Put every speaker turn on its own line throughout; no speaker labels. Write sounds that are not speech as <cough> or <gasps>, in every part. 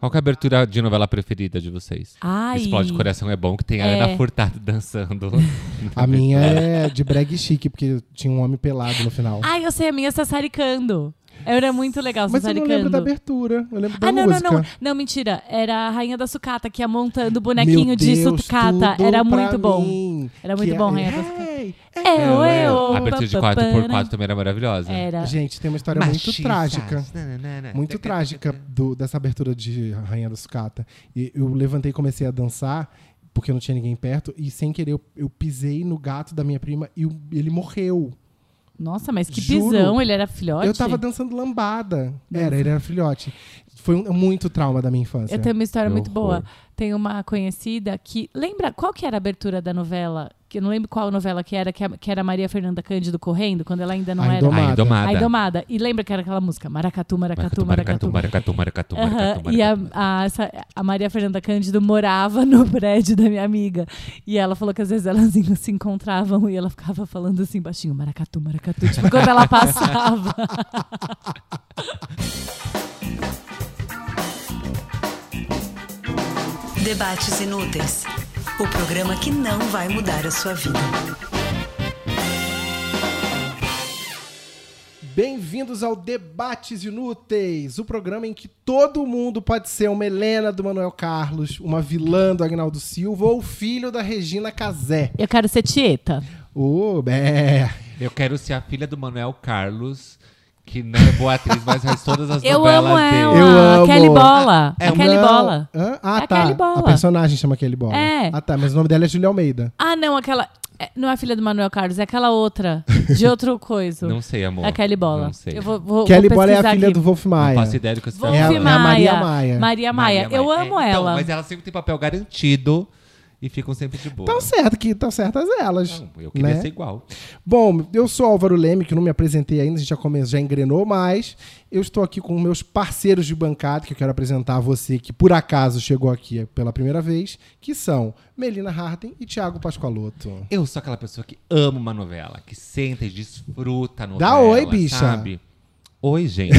Qual que é a abertura de novela preferida de vocês?
Ai.
Explode Coração é bom, que tem a
É.
Ana Furtado dançando.
<laughs> A minha é de brag chique, porque tinha um homem pelado no final.
Ai, eu sei, a minha é Sassaricando. Era muito legal,
Mas eu não
Sassaricando.
lembro da abertura. Eu lembro da
Ah, não, não,
música.
não. Não, mentira. Era a Rainha da Sucata, que ia montando o bonequinho
Meu
de
Deus,
sucata.
tudo
Era
pra
muito bom.
mim.
Era muito
Que
bom,
é-
Rainha da
Hey!
<laughs> Eu, eu. É.
A é. abertura de 4x4 também era maravilhosa.
Era.
Gente, tem uma história muito trágica. Muito trágica do- dessa abertura de Rainha da Sucata. E eu levantei e comecei a dançar, porque não tinha ninguém perto, e sem querer eu, eu pisei no gato da minha prima e o- ele morreu.
Nossa, mas que
Juro.
pisão. Ele era filhote.
Eu tava dançando lambada. Era, ele era filhote. Foi um- muito trauma da minha infância.
Eu tenho uma história
Que
muito boa.
horror.
Tem uma conhecida que. Lembra qual que era a abertura da novela? Que eu não lembro qual novela que era, que, a- que era Maria Fernanda Cândido correndo, quando ela ainda não
A
era.
Indomada.
A Indomada.
A Indomada. E lembra que era aquela música? Maracatu, maracatu, maracatu.
maracatu, maracatu,
Aham,
maracatu,
E a,
maracatu.
a- essa- a Maria Fernanda Cândido morava <laughs> no prédio da minha amiga. E ela falou que às vezes elas iam- se encontravam e ela ficava falando assim baixinho, maracatu, maracatu, tipo,
<laughs>
quando ela passava.
Debates Inúteis. O programa que não vai mudar a sua vida.
Bem-vindos ao Debates Inúteis, o programa em que todo mundo pode ser uma Helena do Manuel Carlos, uma vilã do Agnaldo Silva ou filho da Regina Casé.
Eu quero ser tieta.
Ô, é.
Eu quero ser a filha do Manuel Carlos, que não é boa atriz, mas faz todas as
<laughs> Eu
novelas
amo
dele.
ela.
Eu amo.
a Kelly Bola.
É
a
um-
Kelly
Não.
Bola.
Hã? Ah,
É a
tá.
Kelly Bola.
A personagem chama Kelly Bola.
É.
Ah, tá. Mas o nome dela é Julia Almeida.
Ah, não, aquela. é, Não é a filha do Manuel Carlos, é aquela outra.
<laughs>
De outro coisa.
Não sei, amor.
A Kelly Bola.
Não sei.
Eu vou, vou,
Kelly
vou
Bola é a
pesquisar
filha
aqui.
do Wolf
Não
Maia.
faço ideia do que você tá
Wolf
É a- é
falando.
a Maria Maia.
Maria Maia. Eu
Maia.
amo
É, então,
ela.
mas elas sempre têm papel garantido e ficam sempre de boa.
Tão certo que estão certas elas.
Não, eu queria
Então, né?
ser igual.
Bom, eu sou Álvaro Leme, que não me apresentei ainda, a gente já, come... já engrenou, mas eu estou aqui com meus parceiros de bancada, que eu quero apresentar a você que por acaso chegou aqui pela primeira vez, que são Melina Harden e Thiago Pascoaloto.
Eu sou aquela pessoa que ama uma novela, que senta e desfruta a novela.
Dá oi, bicha.
Sabe? Oi,
<laughs>
gente.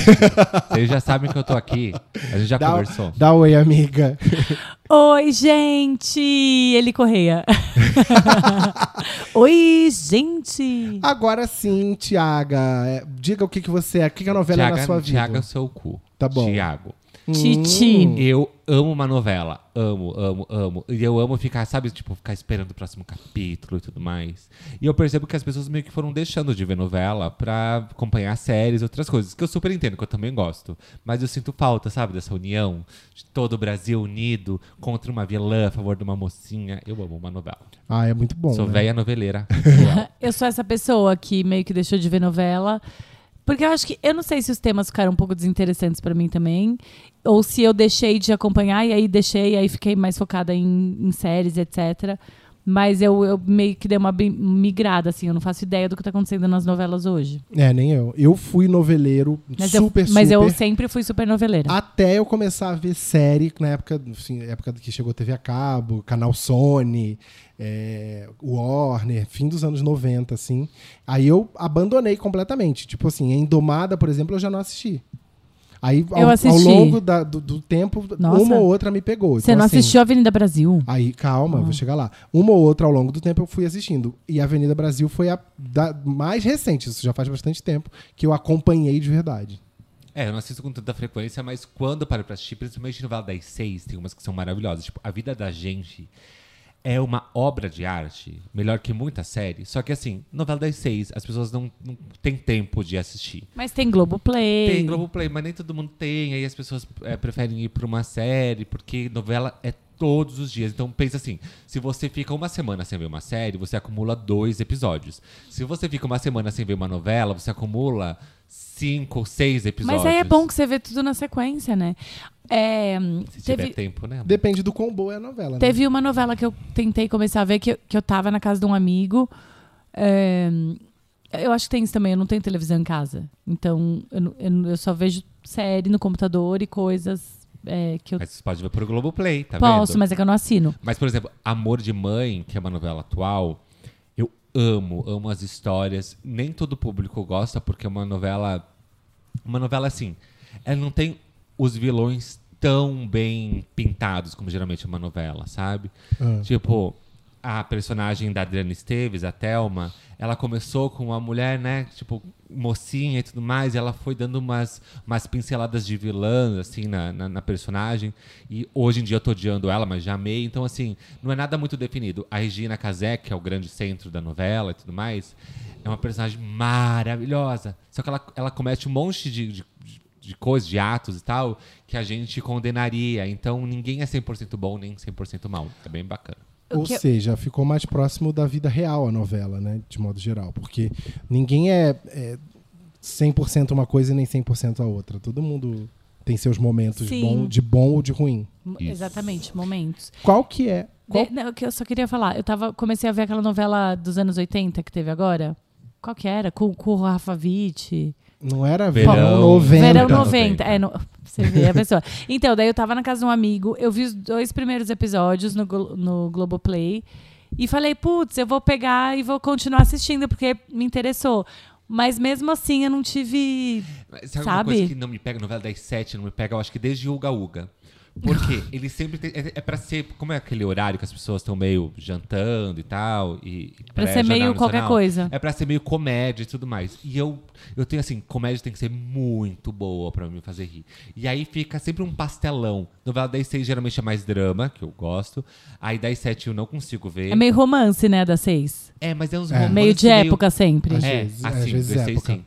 Vocês já sabem que eu tô aqui. A gente já
Dá,
conversou.
dá um oi, amiga. <laughs>
Oi, gente! Ele
<laughs>
correia. Oi, gente!
Agora sim, Tiaga, é, diga o que, que você é, o que, que a novela é na sua vida.
Tiago é o seu cu.
Tá bom.
Tiago.
Hum.
Titi.
Eu amo uma novela. Amo, amo, amo. E eu amo ficar, sabe, tipo, ficar esperando o próximo capítulo e tudo mais. E eu percebo que as pessoas meio que foram deixando de ver novela pra acompanhar séries, outras coisas. Que eu super entendo, que eu também gosto. Mas eu sinto falta, sabe, dessa união de todo o Brasil unido contra uma vilã a favor de uma mocinha. Eu amo uma novela.
Ah, é muito bom.
Sou
né?
velha
<laughs>
noveleira.
Eu sou essa pessoa que meio que deixou de ver novela. Porque eu acho que. Eu não sei se os temas ficaram um pouco desinteressantes pra mim também. Ou se eu deixei de acompanhar e aí deixei, aí fiquei mais focada em, em séries, etc. Mas eu, eu meio que dei uma bi- migrada, assim. Eu não faço ideia do que tá acontecendo nas novelas hoje.
É, nem eu. Eu fui noveleiro,
Mas,
super,
eu, mas
super. Ah,
eu sempre fui super noveleira.
Até eu começar a ver série, na época, assim, época que chegou TV a cabo, canal Sony, é, Warner, fim dos anos 90, assim. Aí eu abandonei completamente. Tipo assim, Indomada, por exemplo, eu já não assisti. Aí, ao,
Eu
ao
assisti.
longo da- do, do tempo,
Nossa.
uma ou outra me pegou.
Você
Então,
não
assim,
assistiu Ah. Avenida Brasil?
Aí, calma, eu vou chegar lá. Uma ou outra ao longo do tempo eu fui assistindo. E Avenida Brasil foi a da- mais recente, isso já faz bastante tempo, que eu acompanhei de verdade.
É, eu não assisto com tanta frequência, mas quando eu paro pra assistir, principalmente novela das seis, tem umas que são maravilhosas. Tipo, A Vida da Gente é uma obra de arte, melhor que muita série. Só que assim, novela das seis, as pessoas não, não têm tempo de assistir.
Mas tem Globoplay.
Tem Globoplay, mas nem todo mundo tem. Aí as pessoas é, preferem ir pra uma série, porque novela é todos os dias. Então pensa assim, se você fica uma semana sem ver uma série, você acumula dois episódios. Se você fica uma semana sem ver uma novela, você acumula cinco ou seis episódios.
Mas aí é bom que você vê tudo na sequência, né? É,
Se tiver
teve,
tempo, né? amor?
Depende do quão boa é a novela. né?
teve uma novela que eu tentei começar a ver, que, eu- que eu tava na casa de um amigo. É, eu acho que tem isso também, eu não tenho televisão em casa. Então, eu, não- eu não- eu só vejo série no computador e coisas é, que eu
Mas você pode ver pro Globoplay, tá
posso,
vendo?
mas é que eu não assino.
Mas, por exemplo, Amor de Mãe, que é uma novela atual, eu amo, amo as histórias. Nem todo público gosta, porque é uma novela. Uma novela assim. Ela não tem os vilões tão bem pintados como geralmente uma novela, sabe?
Ah.
Tipo, a personagem da Adriana Esteves, a Thelma, ela começou com uma mulher, né, tipo, mocinha e tudo mais, e ela foi dando umas, umas pinceladas de vilã, assim, na, na, na personagem. E hoje em dia eu tô odiando ela, mas já amei. Então, assim, não é nada muito definido. A Regina Casé, que é o grande centro da novela e tudo mais, é uma personagem maravilhosa. Só que ela, ela comete um monte de- de- de de coisas, de atos e tal, que a gente condenaria. Então ninguém é 100% bom nem 100% mal. É bem bacana.
O
Ou
que eu-
seja, ficou mais próximo da vida real a novela, né? De modo geral. Porque ninguém é, é 100% uma coisa e nem 100% a outra. Todo mundo tem seus momentos de
Sim.
bom, de bom ou de ruim.
Isso.
Exatamente, momentos.
Qual que é? Qual-
De- não, que eu só queria falar. Eu tava, comecei a ver aquela novela dos anos 80 que teve agora. Qual que era? Com, com o Rafa Witt.
Não era
Verão-
verão 90.
Verão
Verão 90.
90. É, no- você vê a pessoa. Então, daí eu tava na casa de um amigo, eu vi os dois primeiros episódios no, Glo- no Globoplay e falei, putz, eu vou pegar e vou continuar assistindo porque me interessou. Mas mesmo assim eu não tive.
Mas Sabe, uma
Sabe?
coisa que não me pega? Novela das sete não me pega, eu acho que desde Uga Uga.
<laughs>
Porque ele sempre tem, é, é pra ser. Como é aquele horário que as pessoas estão meio jantando e tal. E, e
Pra ser
pré-Jornal
meio qualquer
Nacional,
coisa.
É pra ser meio comédia e tudo mais. E eu, eu tenho assim, comédia tem que ser muito boa pra me fazer rir. E aí fica sempre um pastelão. Novela das seis geralmente é mais drama, que eu gosto. Aí das sete eu não consigo ver.
É meio romance, né, da seis.
É, mas é uns
É.
romances
Meio de época sempre.
Às
É,
vezes, às
assim,
vezes
16
época.
sim.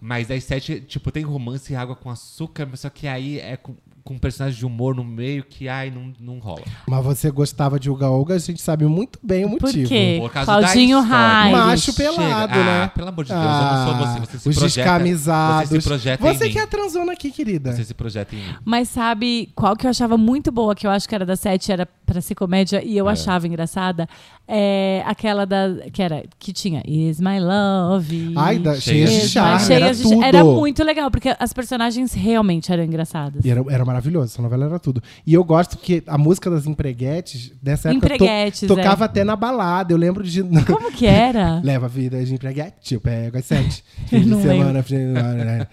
Mas das sete, tipo, tem romance e água com açúcar, mas só que aí é com, com um personagem de humor no meio que, ai, não, não rola.
Mas você gostava de Uga Uga, a gente sabe muito bem o
Por
motivo.
quê?
Por causa da
Claudinho
história.
Raio.
Macho pelado,
Chega.
né?
Ah, pelo amor de Deus, eu não sou você, você se
os
projeta-
descamisados.
você se projeta em
Você
mim.
que é a transona aqui, querida.
Você se projeta em mim.
Mas sabe qual que eu achava muito boa, que eu acho que era da sete, era pra ser comédia, e eu achava engraçada? É aquela da. Que era. Que tinha Is My Love.
Ai, da,
Cheia
cheia
Is
de
My-
charme,
Cheia
era
de
tudo.
Charme. Era muito legal, porque as personagens realmente eram engraçadas.
E era, era maravilhoso, essa novela era tudo. E eu gosto que a música das empreguetes, dessa época, to-
Empreguetes, é.
tocava até na balada. Eu lembro
<laughs>
de. <laughs>
Como que era?
Leva a vida de empreguete, eu pego às
<laughs>
sete. Fim de
Não
semana, fim
<laughs>
de semana.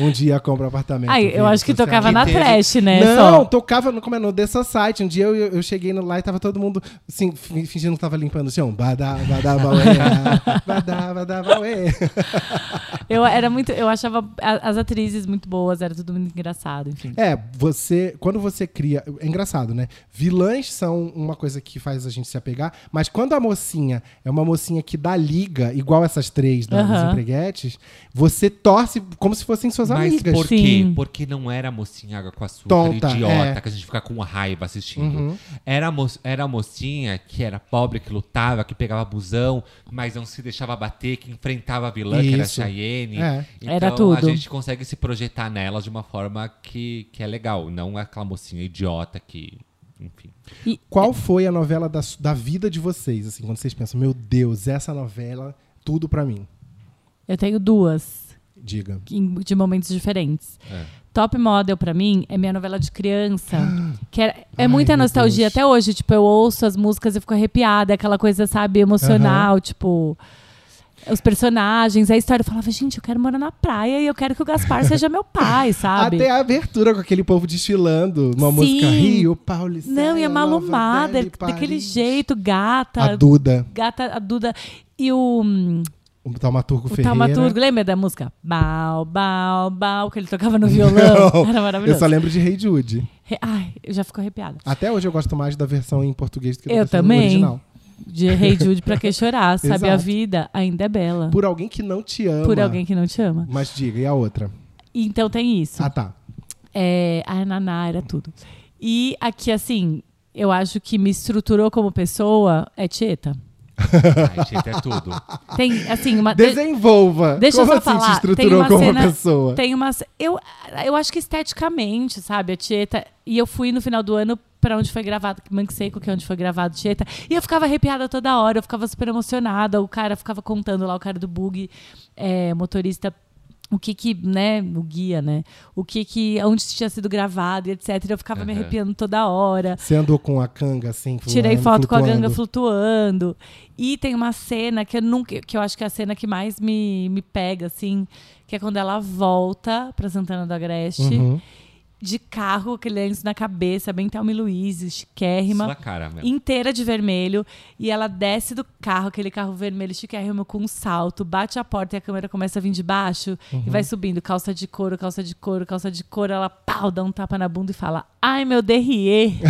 um dia compra um apartamento.
Ai, eu
vida
acho que
social.
tocava na
teve-
trash, né?
Não,
Só.
tocava no, como é, no The Society. Um dia eu, eu cheguei no, lá e tava todo mundo assim, fi- fingindo que tava limpando o chão. Badá, badá, bauê. badá, badá, bauê.
Eu, era muito, eu achava a- as atrizes muito boas, era tudo muito engraçado, enfim.
É, você. Quando você cria. É engraçado, né? Vilãs são uma coisa que faz a gente se apegar, mas quando a mocinha é uma mocinha que dá liga, igual essas três da- das
Aham.
empreguetes, você torce como se fossem suas
Mas
amigas.
por
Sim.
quê? Porque não era a mocinha água com açúcar
Tonta,
idiota
é. Uhum.
que a gente fica com raiva assistindo. Era, a mo- era a mocinha que era pobre, que lutava, que pegava busão, mas não se deixava bater, que enfrentava a vilã, que era a
Isso.
Cheyenne.
É.
Então
Era tudo.
a gente consegue se projetar nelas de uma forma que, que é legal. Não aquela mocinha idiota que.
<laughs>
Enfim.
Qual foi a novela da, su- da vida de vocês, assim, quando vocês pensam, meu Deus, essa novela, tudo pra mim? É.
Eu tenho duas.
Diga.
em- de momentos diferentes.
É.
Top Model, pra mim, é minha novela de
<gasps>
criança. que era- é
Ai,
muita
meu
nostalgia
Deus.
até hoje. Tipo, eu ouço as músicas e fico arrepiada. Aquela coisa, sabe, emocional. Tipo, os personagens, a história. Eu falava, gente, eu quero morar na praia e eu quero que o
<laughs>
Gaspar seja meu pai, sabe?
Até a abertura com aquele povo desfilando, uma
Sim.
música Rio, Paulista.
Não, e a malumada, daquele jeito, tá? gata.
A Duda,
Gata, a Duda. E o, hum,
o Taumaturgo
o
Ferreira.
Taumaturgo, lembra da música? Bau, bau, bau, que ele
<laughs>
tocava no violão. Era maravilhoso.
Eu só lembro de Rei Jude.
Re- Ai, eu já fico arrepiada.
Até hoje eu gosto mais da versão em português do que da
Eu
versão
também.
original.
De Rei Jude pra quem
<laughs>
chorar, sabe?
Exato.
A vida ainda é bela. Por,
Por alguém que não te ama.
alguém que não te ama.
Mas diga, e a outra?
E Então tem isso.
Ah, tá.
É, a Naná era tudo. E aqui, assim, eu acho que me estruturou como pessoa é Tieta.
Ai, gente, é tudo.
Tem, assim, uma. de-
Desenvolva.
Deixa
como
eu só
assim
falar.
te estruturou
tem uma
como
cena,
pessoa?
Tem umas. Eu, eu acho que esteticamente, sabe, a Tieta. E eu fui no final do ano pra onde foi gravado, Mangue Seco, que é onde foi gravado Tieta. E eu ficava arrepiada toda hora, eu ficava super emocionada. O cara ficava contando lá, o cara do bug, é, motorista. O que que, né, o guia, né? O que que, onde tinha sido gravado e etc. E Eu ficava me
Aham.
arrepiando toda hora.
Você andou com a canga assim, flutuando,
Tirei foto com a ganga
flutuando.
flutuando. E tem uma cena que eu nunca. que eu acho que é a cena que mais me, me pega, assim, que é quando ela volta pra Santana do Agreste.
Uhum.
de carro, aquele lance na cabeça, bem Thelma e Louise, chiquérrima.
Sua cara, mesmo.
inteira de vermelho e ela desce do carro, aquele carro vermelho chiquérrimo com um salto, bate a porta e a câmera começa a vir de baixo
Uhum.
e vai subindo, calça de couro, calça de couro, calça de couro, ela pau, dá um tapa na bunda e fala: "Ai,
<laughs>
meu DRE".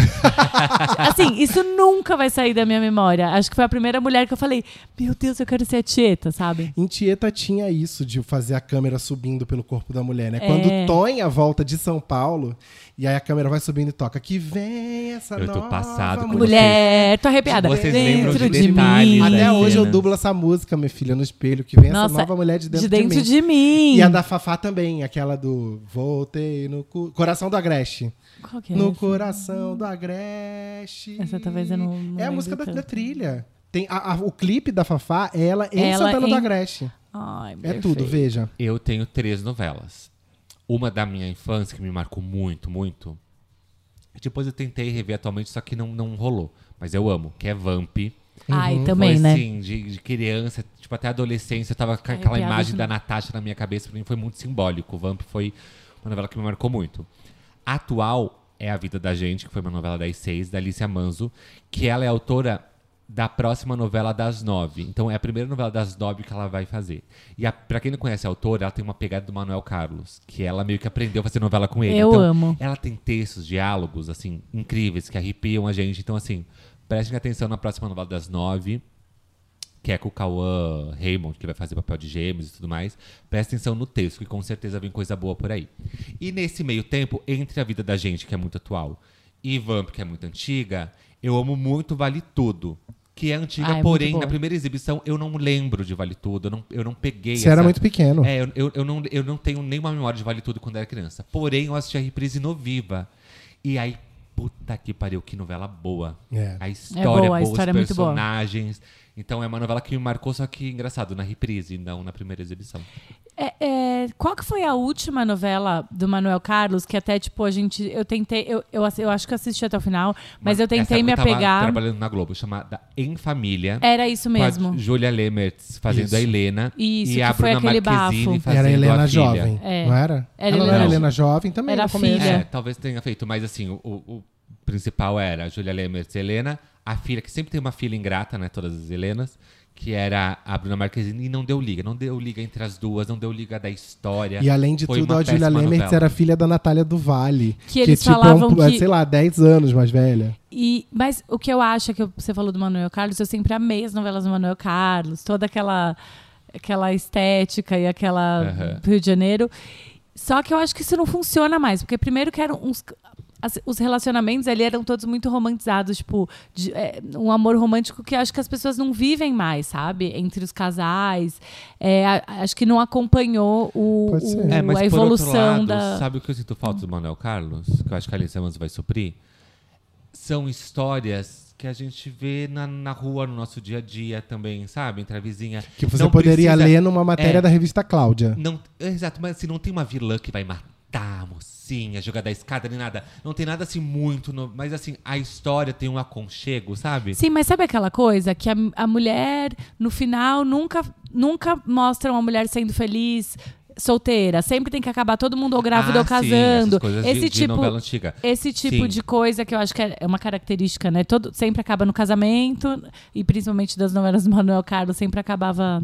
assim, isso nunca vai sair da minha memória. Acho que foi a primeira mulher que eu falei: "Meu Deus, eu quero ser a Tieta", sabe?
Em Tieta tinha isso de fazer a câmera subindo pelo corpo da mulher, né?
É.
Quando Tonha volta de São Paulo, e aí a câmera vai subindo e toca. Que vem essa
Eu tô
nova
passado com
mulher.
Mulher, tô arrepiada.
Vocês lembram
dentro
de
de,
detalhes,
mim.
né?
Até
das
hoje eu
cenas.
dublo essa música, minha filha, no espelho, que vem
Nossa,
essa nova mulher de dentro
de
de,
dentro
mim.
de mim.
E a da Fafá também, aquela do Voltei no cu- Coração do Agreste.
Qual que é
No
essa?
coração do Agreste.
Essa talvez eu não- não
É a
lembre
música da,
tanto.
da trilha. Tem a- a- o clipe da Fafá é ela em
Ela
Santana
em-
do Agreste.
Ai,
É tudo,
perfeito.
veja.
Eu tenho três novelas. Uma da minha infância que me marcou muito, muito. Depois eu tentei rever atualmente, só que não, não rolou. Mas eu amo, que é Vamp.
Ai, também,
foi,
né?
Assim, de, de criança, tipo, até adolescência, eu tava com aquela
Arrepiada
imagem da
demais.
Natasha na minha cabeça. Pra mim foi muito simbólico. O Vamp foi uma novela que me marcou muito. A Atual é A Vida da Gente, que foi uma novela das seis, da Alicia Manzo, que ela é autora da próxima novela das nove. Então é a primeira novela das nove que ela vai fazer. E a, pra quem não conhece a autora, ela tem uma pegada do Manuel Carlos, que ela meio que aprendeu a fazer novela com ele.
Eu
Então,
amo.
ela tem textos, diálogos, assim, incríveis, que arrepiam a gente. Então, assim, prestem atenção na próxima novela das nove, que é com o Cauã Raymond, que vai fazer papel de gêmeos e tudo mais. Prestem atenção no texto, que com certeza vem coisa boa por aí. E nesse meio tempo, entre a vida da gente, que é muito atual, e Vamp, que é muito antiga, eu amo muito Vale Tudo. Que é antiga,
Ah, é muito
porém,
boa.
na primeira exibição, eu não lembro de Vale Tudo. Eu não, eu não peguei
Você era
essa-
muito pequeno.
é, eu, eu, eu não, eu não tenho nenhuma memória de Vale Tudo quando era criança. Porém, eu assisti a reprise no Viva. E aí, puta que pariu, que novela boa.
É.
A história
boa, a
boa,
história é
os
muito boa.
personagens. Então é uma novela que me marcou, só que engraçado, na reprise, não na primeira exibição.
É, é, qual que foi a última novela do Manuel Carlos que até, tipo, a gente. Eu tentei. Eu, eu, ass- eu acho que eu assisti até o final, mas eu tentei
Essa
me
eu tava
apegar.
trabalhando na Globo, chamada Em Família.
Era isso
com a
mesmo.
Julia Lemertz fazendo
Isso.
a Helena.
Isso,
e a
que foi
Bruna
aquele
Marquezine
bafo.
fazendo
era Helena
a filha.
Jovem,
É.
não era?
Era
ela não
Helena
era
Jovem.
Helena Jovem também
Era
no começo.
filha.
É, talvez tenha feito, mas assim, o, o- o principal era a Julia Lemertz e Helena, a filha, que sempre tem uma filha ingrata, né? Todas as Helenas, que era a Bruna Marquezine, e não deu liga. Não deu liga entre as duas, não deu liga da história.
E além de
Foi
tudo,
uma
a Julia
péssima
Lemertz
novela.
era filha da Natália do Vale.
Que eles
tipo, é um-
falavam
é,
que-
sei lá, 10 anos mais velha.
E, mas o que eu acho é que eu- você falou do Manuel Carlos, eu sempre amei as novelas do Manuel Carlos, toda aquela, aquela estética e aquela
Aham.
Rio de Janeiro. Só que eu acho que isso não funciona mais, porque primeiro que eram uns. as- os relacionamentos ali eram todos muito romantizados, tipo, de- é, um amor romântico que eu acho que as pessoas não vivem mais, sabe? Entre os casais. É, a- acho que não acompanhou o,
Pode ser.
o-
É, mas
a
por
evolução
outro lado,
da.
sabe o que eu sinto falta do Manuel Carlos? Que eu acho que a Alice Manso vai suprir? São histórias que a gente vê na, na rua, no nosso dia a dia também, sabe? Entre a vizinha.
Que você
Não
poderia
precisa-
ler numa matéria
É.
da revista Cláudia.
Não, exato, mas assim, não tem uma vilã que vai matar a mocinha, jogar da escada, nem nada. Não tem nada assim muito. no- mas assim, a história tem um aconchego, sabe?
Sim, mas sabe aquela coisa que a, a mulher, no final, nunca, nunca mostra uma mulher sendo feliz solteira. Sempre tem que acabar todo mundo ou grávida
Ah,
ou
sim,
casando.
essas coisas de-
esse
de
tipo
novela antiga.
Esse tipo
Sim.
de coisa que eu acho que é uma característica, né? Todo, sempre acaba no casamento, e principalmente das novelas do Manuel Carlos, sempre acabava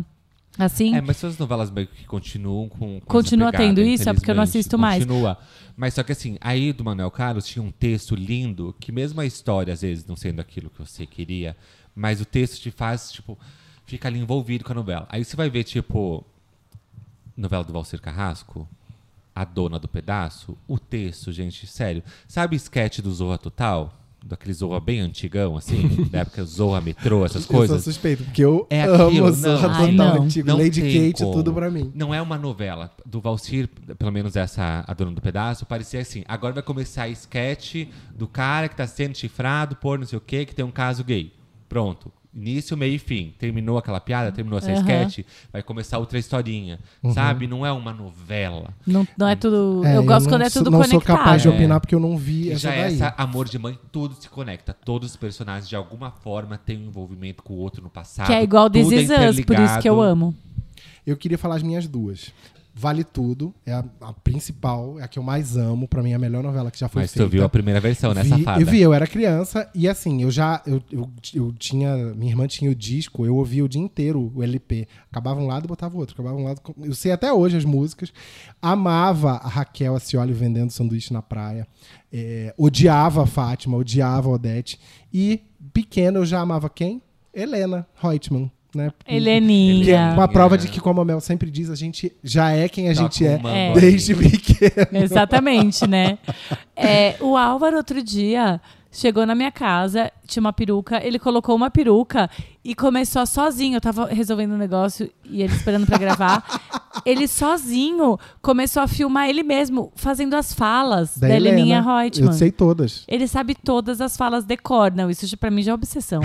assim.
É, mas suas novelas meio que continuam com. com
Continua
essa pegada,
tendo isso? É porque eu não
infelizmente.
assisto mais.
Continua. Mas só que assim, aí do Manuel Carlos tinha um texto lindo, que mesmo a história, às vezes, não sendo aquilo que você queria, mas o texto te faz, tipo, fica ali envolvido com a novela. Aí você vai ver, tipo, novela do Valcir Carrasco, A Dona do Pedaço, o texto, gente, sério. Sabe sketch do Zorra Total? Daquele Zorra bem antigão, assim,
<laughs>
da época Zorra Metrô, essas
Eu
coisas.
sou suspeito, porque eu
É aquilo,
amo
não.
Zorra
Ai,
Total
não.
Antigo,
Não
Lady
tem
Kate,
como.
tudo pra mim.
Não é uma novela. Do Valsir, pelo menos essa, a dona do pedaço, parecia assim. Agora vai começar a sketch do cara que tá sendo chifrado por não sei o quê, que tem um caso gay. Pronto. Início, meio e fim. Terminou aquela piada, terminou essa
Aham.
sketch, vai começar outra historinha.
Uhum.
Sabe? Não é uma novela.
Não, não é tudo.
É,
eu gosto
não
quando é
sou-
tudo
Não sou
conectado.
capaz de
É.
opinar porque eu não vi
E
essa
já é
daí.
essa Amor de Mãe, tudo se conecta. Todos os personagens, de alguma forma, têm um envolvimento com o outro no passado.
Que é igual This
tudo
Is Us, por isso que eu
interligado.
amo.
Eu queria falar as minhas duas. Vale Tudo é a, a principal, é a que eu mais amo. Pra mim, é a melhor novela que já foi
Mas
feita.
tu viu a primeira versão, né,
Vi-
safada?
Eu vi, eu era criança e assim, eu já. Eu, eu, eu tinha. Minha irmã tinha o disco, eu ouvia o dia inteiro o LP. Acabava um lado e botava outro, acabava um lado. Eu sei até hoje as músicas. Amava a Raquel Ascioli vendendo sanduíche na praia. É, odiava a Fátima, odiava a Odete. E pequeno eu já amava quem? Helena Reutemann, né? Porque
Heleninha.
com a prova de que, como a Mel sempre diz, a gente já é quem a
Tá
gente
com
é
uma bolinha.
desde pequeno.
Exatamente, né? É, o Álvaro, outro dia, chegou na minha casa, tinha uma peruca, ele colocou uma peruca e começou sozinho. Eu tava resolvendo um negócio e ele esperando pra gravar. Ele sozinho começou a filmar ele mesmo, fazendo as falas da, Heleninha Reutemann.
Eu sei todas.
Ele sabe todas as falas decor. Não, isso já- pra mim já é
<laughs>
obsessão.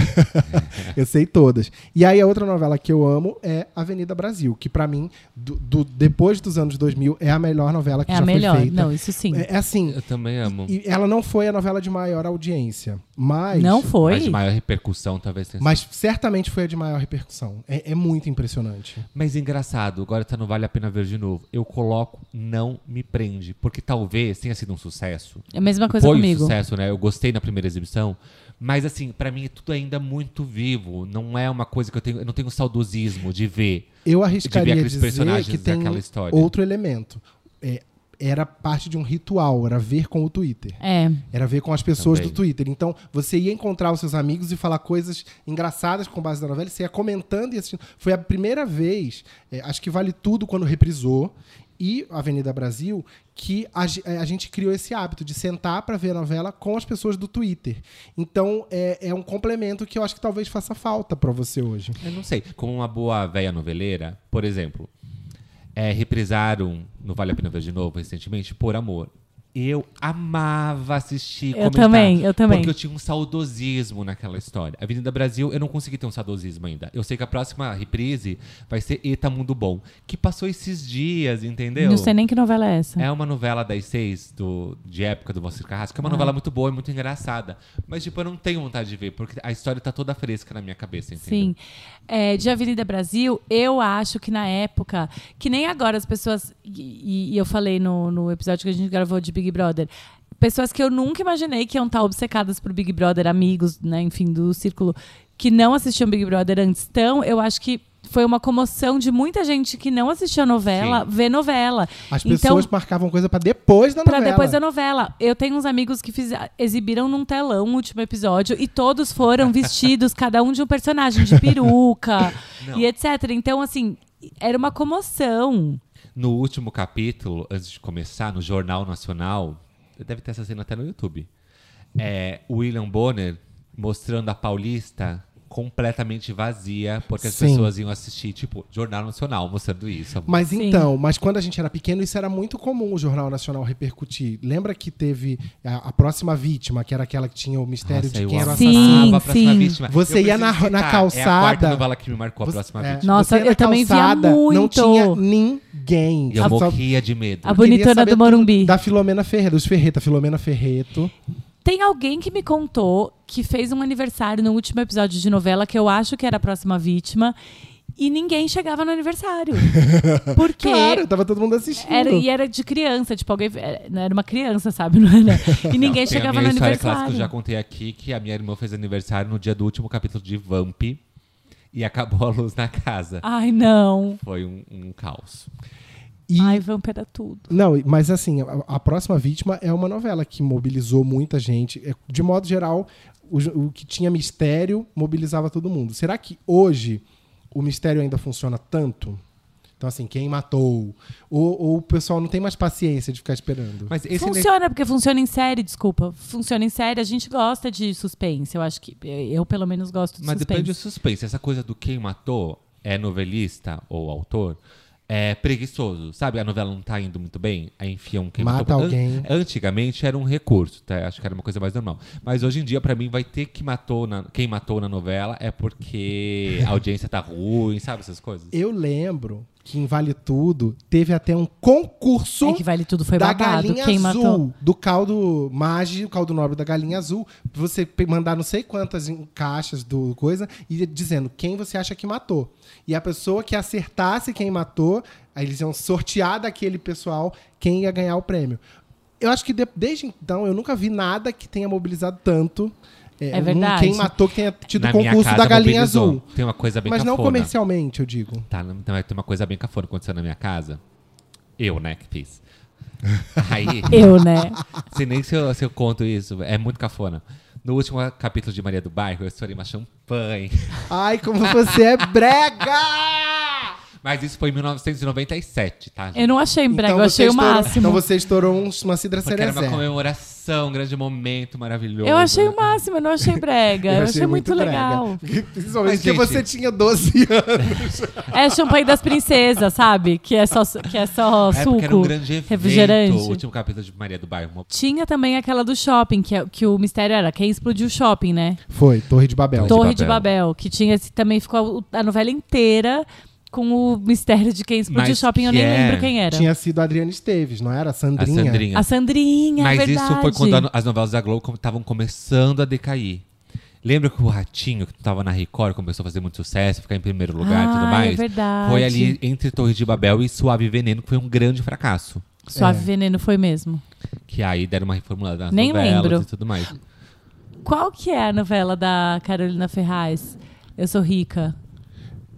Eu sei todas. E aí a outra novela que eu amo é Avenida Brasil, que pra mim, do, do- depois dos anos 2000, é a melhor novela que
É
já
a melhor.
foi feita.
Não, isso sim.
É, é assim,
Eu também amo.
e ela não foi a novela de maior audiência, mas...
Não foi?
Mas de maior repercussão, talvez tenha
Mas certamente foi a de maior repercussão. É, é muito impressionante.
Mas engraçado, agora tá no Vale a Pena Ver de novo. Eu coloco Não Me Prende, porque talvez tenha sido um sucesso.
É a mesma coisa
Foi um
comigo.
sucesso, né? Eu gostei na primeira exibição. Mas assim, pra mim é tudo ainda muito vivo. Não é uma coisa que eu tenho. Eu não tenho saudosismo de ver.
Eu
De ver
arriscaria
aqueles
dizer
personagens
que tem
daquela história.
outro elemento. É, era parte de um ritual, era ver com o Twitter.
É.
Era ver com as pessoas
Também.
do Twitter. Então, você ia encontrar os seus amigos e falar coisas engraçadas com base na novela, você ia comentando e assistindo. Foi a primeira vez, eh, acho que vale tudo quando reprisou, e Avenida Brasil, que a, ge- eh, a gente criou esse hábito de sentar para ver a novela com as pessoas do Twitter. Então, é, é um complemento que eu acho que talvez faça falta para você hoje.
Eu não sei. Como uma boa velha noveleira, por exemplo, é, reprisaram no Vale a Pena Ver de Novo recentemente por amor. Eu amava assistir
Eu
comentar,
também, eu também.
Porque eu tinha um saudosismo naquela história. Avenida Brasil, eu não consegui ter um saudosismo ainda. Eu sei que a próxima reprise vai ser Eta Mundo Bom, que passou esses dias, entendeu?
Não sei nem que novela é essa.
É uma novela das seis do, de época do Valcir Carrasco,
Ah.
que é uma novela muito boa e muito engraçada. Mas, tipo, eu não tenho vontade de ver, porque a história tá toda fresca na minha cabeça, entendeu?
Sim. É, de Avenida Brasil, eu acho que na época, que nem agora as pessoas. E, e- e eu falei no, no episódio que a gente gravou de Big Brother. Pessoas que eu nunca imaginei que iam estar obcecadas por Big Brother, amigos, né, enfim, do círculo, que não assistiam Big Brother antes estão, eu acho que foi uma comoção de muita gente que não assistia novela ver novela.
As
então,
pessoas marcavam coisa para depois da
Pra
novela.
depois da novela. Eu tenho uns amigos que fiz- exibiram num telão o último episódio e todos foram vestidos, cada um de um personagem, de peruca e etc. Então, assim, era uma comoção.
No último capítulo, antes de começar, no Jornal Nacional, deve ter essa cena até no YouTube. É, o William Bonner mostrando a Paulista completamente vazia, porque as
Sim.
pessoas iam assistir, tipo, Jornal Nacional mostrando isso.
Mas
Sim.
então, mas quando a gente era pequeno, isso era muito comum o Jornal Nacional repercutir. Lembra que teve a, a próxima vítima, que era aquela que tinha o mistério
Nossa,
de
eu
quem era o
amava.
Sim,
assassino?
amava a próxima
sim.
vítima.
Você
Eu
ia
preciso
na- na
citar, É a quarta
calçada.
novela que me marcou, a próxima
é,
vítima.
Nossa,
você ia
eu
na
também via
calçada, Não
muito.
tinha ninguém.
E eu
Só
morria de medo.
A
queria
bonitona
saber
do Morumbi.
tudo Da Filomena Ferreira, dos Ferreta, Filomena Ferreto.
Tem alguém que me contou que fez um aniversário no último episódio de novela, que eu acho que era a próxima vítima, e ninguém chegava no aniversário. Por quê?
Claro, tava todo mundo assistindo.
Era, e era de criança, tipo, alguém. Era não era uma criança, sabe? <laughs> Não era? E
Tem
ninguém chegava
a minha
no
história
aniversário.
clássica que eu já contei aqui que a minha irmã fez aniversário no dia do último capítulo de Vamp e acabou a luz na casa.
Ai, não.
Foi um, um caos.
E-
Ai, vamp era tudo.
Não, mas assim, a, a próxima vítima é uma novela que mobilizou muita gente. É, De modo geral, o, j- o que tinha mistério mobilizava todo mundo. Será que hoje o mistério ainda funciona tanto? Então, assim, quem matou? Ou, ou o pessoal não tem mais paciência de ficar esperando?
Mas esse
funciona, porque funciona em série, desculpa. Funciona em série, a gente gosta de suspense. Eu acho que. Eu, pelo menos, gosto de
Mas
suspense.
depende do suspense. Essa coisa do quem matou é novelista ou autor. É preguiçoso, sabe? A novela não tá indo muito bem, aí enfia um quem
Mata
matou. An-
alguém.
Antigamente era um recurso, tá? Acho que era uma coisa mais normal. Mas hoje em dia, pra mim, vai ter que matou na... quem matou na novela é porque a audiência tá ruim, sabe? Essas coisas.
Eu lembro que em Vale Tudo teve até um concurso.
É que vale tudo, foi
da
babado.
galinha
Quem
azul,
matou.
do caldo mage, o caldo nobre da galinha azul, pra você pe- mandar não sei quantas em- caixas do coisa e dizendo quem você acha que matou. E a pessoa que acertasse quem matou, eh, Aí eles iam sortear daquele pessoal quem ia ganhar o prêmio. Eu acho que de- desde então eu nunca vi nada que tenha mobilizado tanto.
É
um-
verdade.
Quem matou, que tenha tido o
Na minha
concurso
casa,
da Galinha
mobilizou.
Azul.
Tem uma coisa bem
Mas não
cafona.
comercialmente, eu digo.
Tá, não- então vai ter uma coisa bem cafona acontecendo na minha casa. Eu, né, que
<laughs>
fiz. Aí,
Eu, né?
<laughs> sei nem se eu, se eu conto isso, é muito cafona. No último capítulo de Maria do Bairro, eu estourei uma champanhe.
Ai, como você é
<laughs>
brega!
Mas isso foi em 1997, tá? gente?
Ah! Eu não achei brega, eu
Então você
achei o
estourou-
máximo.
Então você estourou um- uma cidra
Porque era uma
cerezé.
comemoração, um grande momento maravilhoso.
Eu achei o máximo, eu não achei brega. eu, achei, muito,
brega.
legal.
<laughs> Principalmente
Mas,
porque
gente-
você tinha 12 <laughs> anos.
É champanhe das princesas, sabe? Que é só, que é só
É
suco.
porque era um grande evento. tipo
refrigerante.
O último capítulo de Maria do Bairro. uma-
Tinha também aquela do shopping, que, é- que o mistério era quem explodiu o shopping, né?
Foi, Torre de Babel.
Torre
Torre
de
de Babel, que tinha esse- também ficou a, a novela inteira com o mistério de quem explodiu
Mas
o shopping, eu
que
nem
é-
lembro quem era.
Tinha sido a Adriana Esteves, não era? A
A
Sandrinha.
Sandrinha.
A Sandrinha,
Mas
é verdade.
isso foi quando a no- as novelas da Globo estavam começando a decair. Lembra que o Ratinho, que tava na Record, começou a fazer muito sucesso, ficar em primeiro lugar e tudo
Ah,
mais?
é verdade.
Foi ali entre Torre de Babel e Suave Veneno, que foi um grande fracasso.
Suave
É.
Veneno foi mesmo.
Que aí deram uma reformulada nas
Nem
novelas
lembro.
e tudo mais.
Qual que é a novela da Carolina Ferraz? Eu sou rica.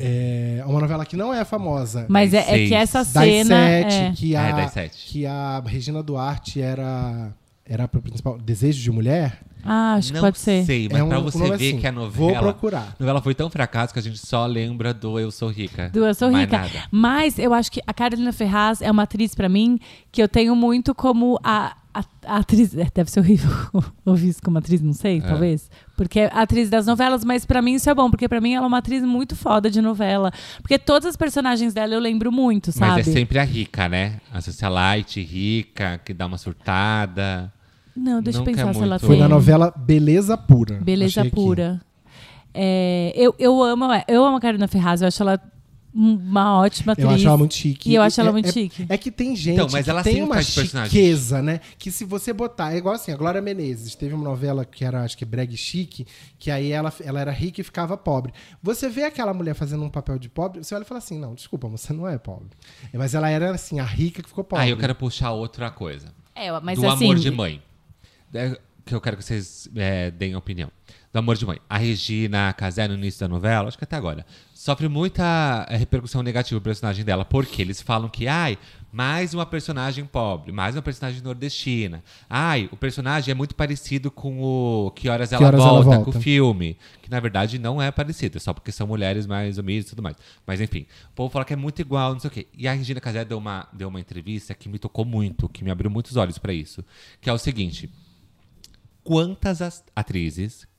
É uma novela que não é famosa.
Mas é,
Das
é que
seis.
essa
das
cena.
sete,
é.
que a,
É, das sete.
que a Regina Duarte era, era a principal. Desejo de Mulher?
Ah, acho que
Não
pode ser.
sei, mas
É um-
pra
um
você ver
nome assim.
que a
Vou
novela.
procurar.
A novela foi tão fracasso que a gente só lembra do Eu Sou Rica.
Do Eu Sou
Mais
Rica.
nada.
Mas eu acho que a Carolina Ferraz é uma atriz pra mim que eu tenho muito como a, a- a atriz. é, Deve ser horrível <laughs> ouvir isso como atriz, não sei, talvez. Porque é atriz das novelas, mas pra mim isso é bom, porque pra mim ela é uma atriz muito foda de novela. Porque todas as personagens dela eu lembro muito, sabe?
Mas é sempre a rica, né? A socialite rica, que dá uma surtada.
Não, deixa eu
Nunca é
pensar se ela
muito-
tem.
Foi na novela Beleza Pura.
Beleza
Achei aqui.
pura. É, eu, eu amo, eu amo a Carolina Ferraz, eu acho ela uma ótima atriz.
Eu acho ela muito chique.
E eu acho ela
é-
muito
é-
chique.
É que tem gente
Então, mas
que
ela
tem
sempre
uma
faz personagens.
chiqueza, né? Que se você botar... É igual assim, a Glória Menezes. Teve uma novela que era, acho que, Breg Chique, que aí ela, ela era rica e ficava pobre. Você vê aquela mulher fazendo um papel de pobre, você olha e fala assim, não, desculpa, você não é pobre. Mas ela era, assim, a rica que ficou pobre.
Aí Ah, eu quero puxar outra coisa.
É, mas
do
assim,
amor de mãe. É, que eu quero que vocês é, deem opinião. Do amor de mãe. A Regina Casé, no início da novela, acho que até agora, sofre muita é, repercussão negativa o personagem dela, porque eles falam que, ai, mais uma personagem pobre, mais uma personagem nordestina. Ai, o personagem é muito parecido com o Que Horas, ela,
Horas Ela
volta, com
Volta.
o filme. Que na verdade não é parecido, é só porque são mulheres mais humildes e tudo mais. Mas enfim, o povo fala que é muito igual, não sei o quê. E a Regina Casé deu uma, deu uma entrevista que me tocou muito, que me abriu muitos olhos pra isso. Que é o seguinte: quantas as- atrizes.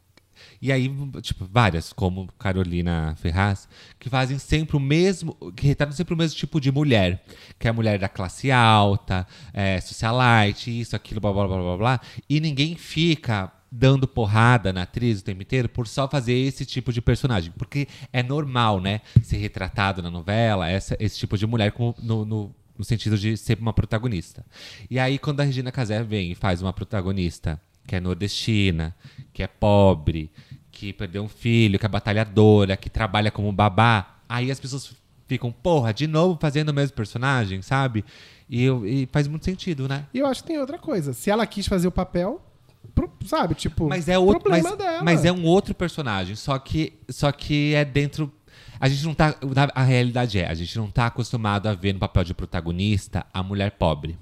E aí, tipo, várias, como Carolina Ferraz, que fazem sempre o mesmo. que retratam sempre o mesmo tipo de mulher. Que é a mulher da classe alta, é, socialite, isso, aquilo, blá, blá, blá, blá, blá. E ninguém fica dando porrada na atriz o tempo inteiro por só fazer esse tipo de personagem. Porque é normal, né? Ser retratado na novela, essa- esse tipo de mulher como no- no no sentido de ser uma protagonista. E aí, quando a Regina Casé vem e faz uma protagonista que é nordestina, que é pobre, que perdeu um filho, que é batalhadora, que trabalha como babá, aí as pessoas ficam, porra, de novo fazendo o mesmo personagem, sabe? E, eu- e faz muito sentido, né?
E eu acho que tem outra coisa. Se ela quis fazer o papel, pro- sabe, tipo,
Mas é outro,
problema
mas,
dela.
mas é um outro personagem, só que só que é dentro a gente não tá na- a realidade é, a gente não tá acostumado a ver no papel de protagonista a mulher pobre.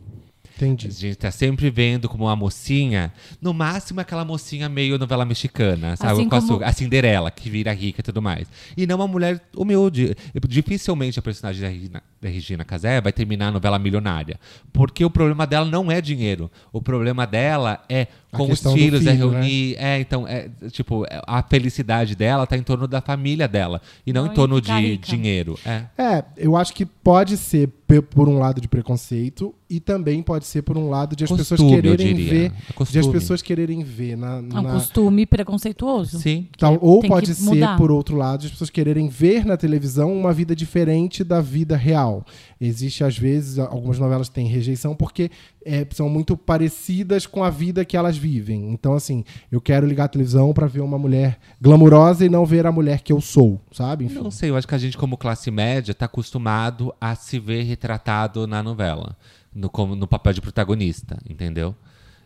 A
Entendi.
gente tá sempre vendo como uma mocinha, no máximo aquela mocinha meio novela mexicana, sabe?
Assim
Com
como-
açúcar. A Cinderela, que vira rica e tudo mais. E não uma mulher humilde. Dificilmente a personagem da Regina, da Regina Casé vai terminar a novela milionária. Porque o problema dela não é dinheiro. O problema dela é
A
com os
questão do
filhos, é
filho, né?
reunir. É, então, é, tipo, é, a felicidade dela tá em torno da família dela. E não,
Não
em
em
torno de
ficar rica.
dinheiro. É.
É, eu acho que pode ser pe- por um lado de preconceito e também pode ser por um lado de as
Costume, eu
pessoas quererem
diria.
ver,
É costume.
de as pessoas quererem ver na,
É um
na-
costume preconceituoso.
Sim.
Então, ou
tem
pode
que
ser
mudar.
por outro lado de as pessoas quererem ver na televisão uma vida diferente da vida real. Existe às vezes a- algumas novelas que têm rejeição porque é, são muito parecidas com a vida que elas vivem. Então, assim, eu quero ligar a televisão pra ver uma mulher glamurosa e não ver a mulher que eu sou, sabe? Enfim.
Eu não sei, eu acho que a gente, como classe média, tá acostumado a se ver retratado na novela, no, como- no papel de protagonista, entendeu?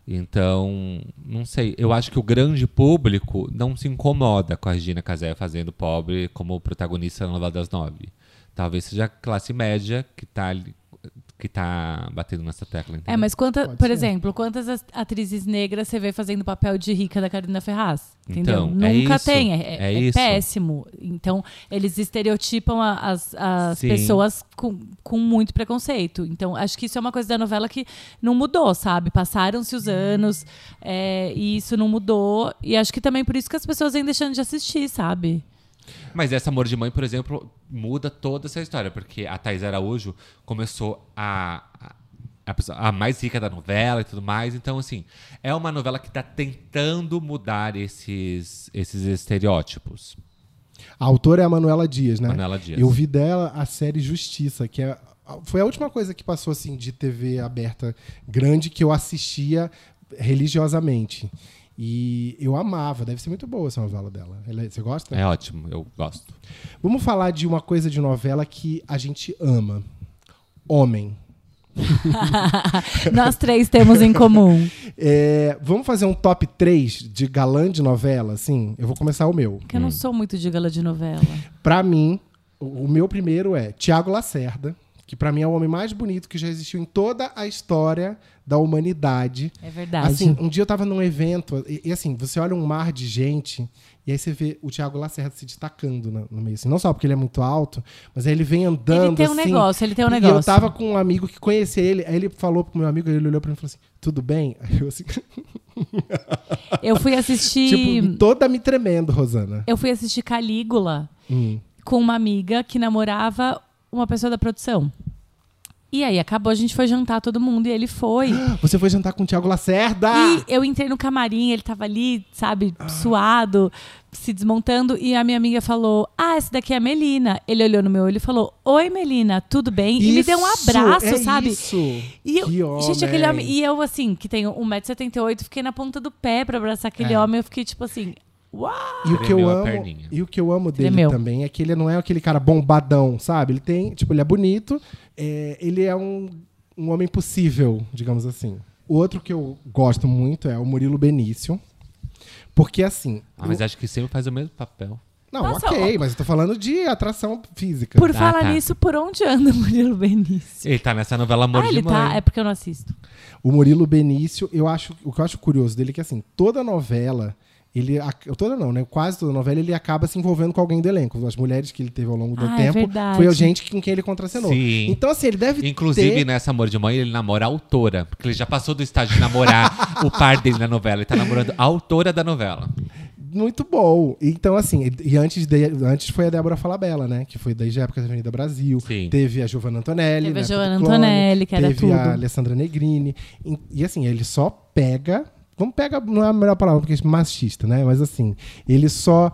Então, não sei. Eu acho que o grande público não se incomoda com a Regina Casé fazendo pobre como protagonista na novela das
É,
nove. Talvez seja a classe média que tá, ali- que tá batendo nessa tecla.
É,
entendeu?
mas quanta,
Pode
por
ser.
exemplo, quantas as- atrizes negras você vê fazendo papel de rica da Karina Ferraz? Entendeu?
Então, é
Nunca
isso,
tem, é, é-
é
é
isso.
péssimo. Então, eles estereotipam a- as, as
Sim.
pessoas com, com muito preconceito. Então, acho que isso é uma coisa da novela que não mudou, sabe? Passaram-se os anos é, e isso não mudou. E acho que também por isso que as pessoas vêm deixando de assistir,
<laughs>
sabe? <laughs>
Mas essa Amor de Mãe, por exemplo, muda toda essa história, porque a Thais Araújo começou a. a- A, pessoa- a mais rica da novela e tudo mais. Então, assim, é uma novela que tá tentando mudar esses, esses estereótipos.
A autora é a Manuela Dias, né?
Manuela Dias.
Eu vi dela a série Justiça, que é, foi a última coisa que passou assim de TV aberta grande que eu assistia religiosamente. E eu amava, deve ser muito boa essa novela dela. Ela- Você gosta?
É ótimo, eu gosto.
Vamos falar de uma coisa de novela que a gente ama. Homem.
Nós três temos em comum.
É, vamos fazer um top 3 de galã de novela, assim? Eu vou começar o meu.
Hum.
Porque eu não sou muito de gala de novela.
Pra mim, o o meu primeiro é Tiago Lacerda, que pra mim é o homem mais bonito que já existiu em toda a história da humanidade.
É verdade.
Assim, um dia eu tava num evento, e, e assim, você olha um mar de gente, e aí você vê o Tiago Lacerda se destacando na- no meio. Assim, não só porque ele é muito alto, mas aí ele vem andando.
Ele tem um
assim,
negócio, ele tem um
E eu
negócio.
tava com um amigo que conhecia ele, aí ele falou pro meu amigo, ele olhou pra mim e falou assim: tudo bem? <laughs> Aí eu assim,
<laughs> Eu fui assistir.
<laughs> tipo, toda me tremendo, Rosana.
Eu fui assistir Calígula
Hum.
com uma amiga que namorava uma pessoa da produção. E aí acabou, a gente foi jantar todo mundo e ele
<gasps>
foi.
Você foi jantar com o Tiago Lacerda!
Ah. E eu entrei no camarim, ele tava ali, sabe,
Ah.
suado, se desmontando. E a minha amiga falou: Ah, essa daqui é a Melina. Ele olhou no meu olho e falou: Oi, Melina, tudo bem? e me deu um
Isso,
abraço,
é
sabe?
Isso.
E eu,
Que homem.
Gente, aquele homem. E eu, assim, que tenho 1,78m, fiquei na ponta do pé pra abraçar aquele
É.
homem. Eu fiquei tipo assim: Uau!
E o que eu
Tremeu a
amo,
perninha.
e o que eu amo dele
Tremeu.
também é que ele não é aquele cara bombadão, sabe? Ele tem, tipo, ele é bonito, é, ele é um, um homem possível, digamos assim. O outro que eu gosto muito é o Murilo Benício. Porque assim,
Ah, mas acho que sempre faz o mesmo papel.
não,
Nossa,
OK, mas eu tô falando de atração física.
Por
Ah,
falar
tá.
nisso, por onde anda <laughs> o Murilo Benício?
Ele tá nessa novela Amor
ah,
de
ele
Mãe.
tá? É porque eu não assisto.
O Murilo Benício, eu acho, o que eu acho curioso dele é que assim, toda novela, ele ac- toda não, né? Quase toda novela ele acaba se envolvendo com alguém do elenco. As mulheres que ele teve ao longo do
Ah, é
tempo,
verdade.
foi a gente com quem ele contracenou.
Sim.
Então assim, ele deve
Inclusive,
ter...
nessa Amor de Mãe, ele namora a autora. Porque ele já passou do estágio de namorar o par dele na novela. Ele tá namorando a autora da novela.
Muito bom. Então, assim, e- e antes, de, antes foi a Débora Falabella, né? Que foi desde a época da Avenida Brasil.
Sim.
Teve a Giovanna Antonelli.
Teve a
né,
Giovanna
Tudo Clone.
Antonelli, que era
Teve
tudo.
a Alessandra Negrini. E, e, assim, ele só pega. Vamos pega, não é a melhor palavra, porque é machista, né? Mas assim, ele só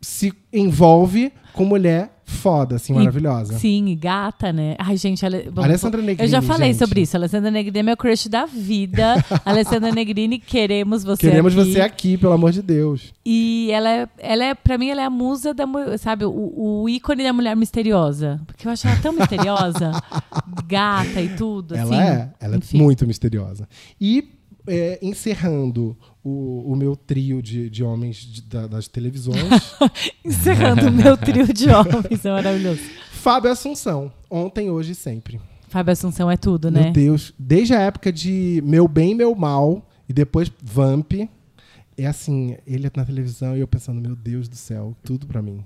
se envolve com mulher foda, assim,
E-
maravilhosa.
Sim, e gata, né? Ai, gente, Ale... vamos-
Alessandra
Eu já
Negrini,
falei
gente.
sobre isso. Alessandra Negrini é meu crush da
<laughs>
vida. Alessandra Negrini, queremos você
Queremos
aqui.
você aqui, pelo amor de Deus.
E ela é, ela é, pra mim, ela é a musa da mu- sabe, o, o ícone da mulher misteriosa. Porque eu acho ela tão
<laughs>
misteriosa, gata e tudo.
Ela
assim.
é, ela
Enfim.
é muito misteriosa. E é, encerrando o, o meu trio de, de homens de- da-
<laughs>
das televisões,
Encerrando o meu trio de homens, é maravilhoso.
Fábio Assunção. Ontem, hoje e sempre.
Fábio Assunção é tudo, né?
Meu Deus, desde a época de Meu Bem, Meu Mal e depois Vamp. É assim, ele na televisão e eu pensando, meu Deus do céu, tudo pra mim.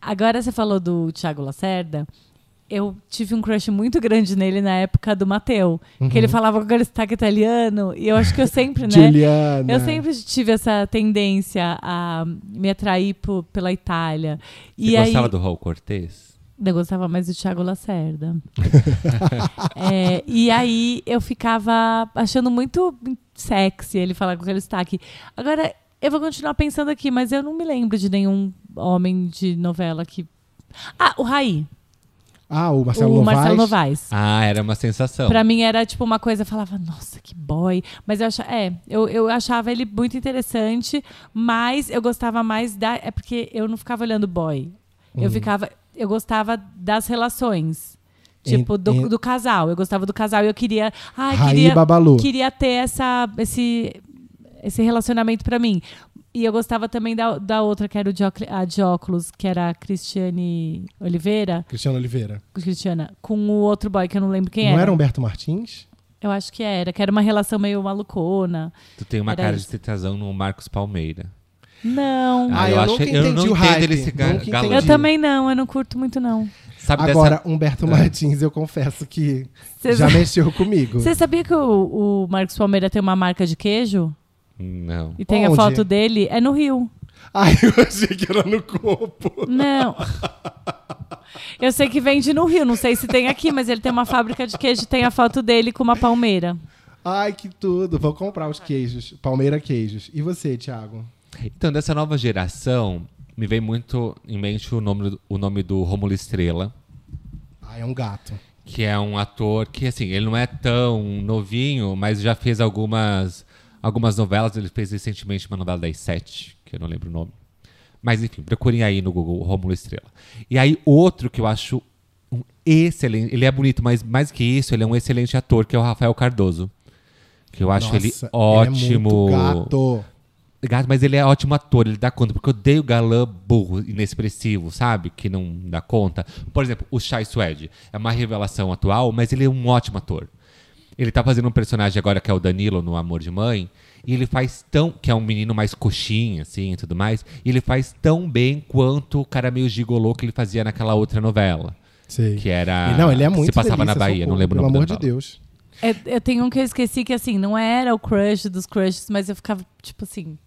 Agora você falou do Thiago Lacerda. Eu tive um crush muito grande nele na época do Mateu. Que ele falava com aquele sotaque italiano. E eu acho que eu sempre,
<laughs>
né?
Juliana.
Eu sempre tive essa tendência a me atrair po- pela Itália. E
Você
aí,
gostava do Raul Cortez?
Eu gostava mais do Thiago Lacerda. <laughs> É, e aí eu ficava achando muito sexy ele falar com aquele sotaque. Agora, eu vou continuar pensando aqui, mas eu não me lembro de nenhum homem de novela que. Ah, o Raí.
Ah, o Marcelo
o
Novaes.
Marcelo Novaes.
Ah, era uma
Então.
sensação.
Pra mim era tipo uma coisa, eu falava, nossa, que boy. Mas eu achava, é, eu, eu achava ele muito interessante, mas eu gostava mais da. É porque eu não ficava olhando boy.
Uhum.
Eu ficava. Eu gostava das relações.
En-
Tipo, do,
en-
do casal. Eu gostava do casal e eu queria. Ai,
Raí
queria,
Babalu.
queria ter essa, esse, esse relacionamento pra mim. E eu gostava também da, da outra, que era o de óculos, a de óculos, que era a Cristiane Oliveira.
Cristiano Oliveira.
Cristiana, com o outro boy que eu não lembro quem
Não
era.
era Humberto Martins?
Eu acho que era, que era uma relação meio malucona.
Tu tem uma
Era
cara
isso.
de ter tesão no Marcos Palmeira.
Não.
Ah, eu achei- eu não entendo esse ga-
Nunca
galã.
eu
entendi.
também não, eu não curto muito, não.
Sabe
Agora,
dessa...
Humberto Martins, eu confesso que
Cês-
já mexeu comigo.
Você sabia que o, o Marcos Palmeira tem uma marca de queijo?
Não.
E tem
Onde?
a foto dele? É no Rio.
Ai, eu achei que era no corpo.
Não. <laughs> Eu sei que vende no Rio, não sei se tem aqui, mas ele tem uma fábrica de queijo e tem a foto dele com uma palmeira.
Ai, que tudo. Vou comprar os queijos. Palmeira Queijos. E você, Thiago?
Então, dessa nova geração, me vem muito em mente o nome, do- o nome do Romulo Estrela,
Ah, é um gato.
que é um ator que, assim, ele não é tão novinho, mas já fez algumas, algumas novelas. Ele fez recentemente uma novela das sete, que eu não lembro o nome. Mas, enfim, procurem aí no Google, Romulo Estrela. E aí, outro que eu acho um excelente... Ele é bonito, mas mais que isso, ele é um excelente ator, que é o Rafael Cardoso. Que eu acho ele
Nossa,
ótimo.
Ele é muito gato.
Gato, mas ele é ótimo ator, ele dá conta, porque eu odeio galã burro, inexpressivo, sabe? Que não dá conta. Por exemplo, o Chai Suede é uma revelação atual, mas ele é um ótimo ator. Ele tá fazendo um personagem agora que é o Danilo no Amor de Mãe, e ele faz tão. que é um menino mais coxinha, assim e tudo mais, e ele faz tão bem quanto o cara meio gigolô que ele fazia naquela outra novela.
Sei.
Que era-
E Não, ele é muito
se passava
delícia,
na Bahia,
socorro,
não lembro o
Pelo
nome
amor
da
de Deus.
É, eu tenho um que eu esqueci que, assim, não era o crush dos crushes, mas eu ficava, tipo assim...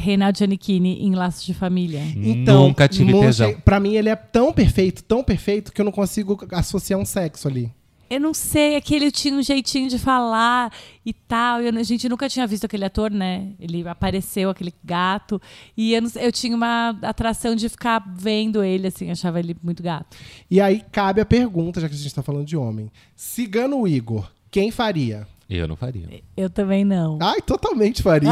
Reinaldo Giannichini em Laços de Família.
Nunca tive
Monstro-
tesão.
Então, Pra mim, ele é tão perfeito, tão perfeito, que eu não consigo associar um sexo ali.
Eu não sei, é que ele tinha um jeitinho de falar e tal. Eu, não- a gente nunca tinha visto aquele ator, né? Ele apareceu, aquele gato. E eu, não sei, eu tinha uma atração de ficar vendo ele, assim, achava ele muito gato.
E aí cabe a pergunta, já que a gente tá falando de homem. Cigano Igor, quem faria?
Eu não faria.
Eu também não.
Ai, totalmente
<laughs>
faria.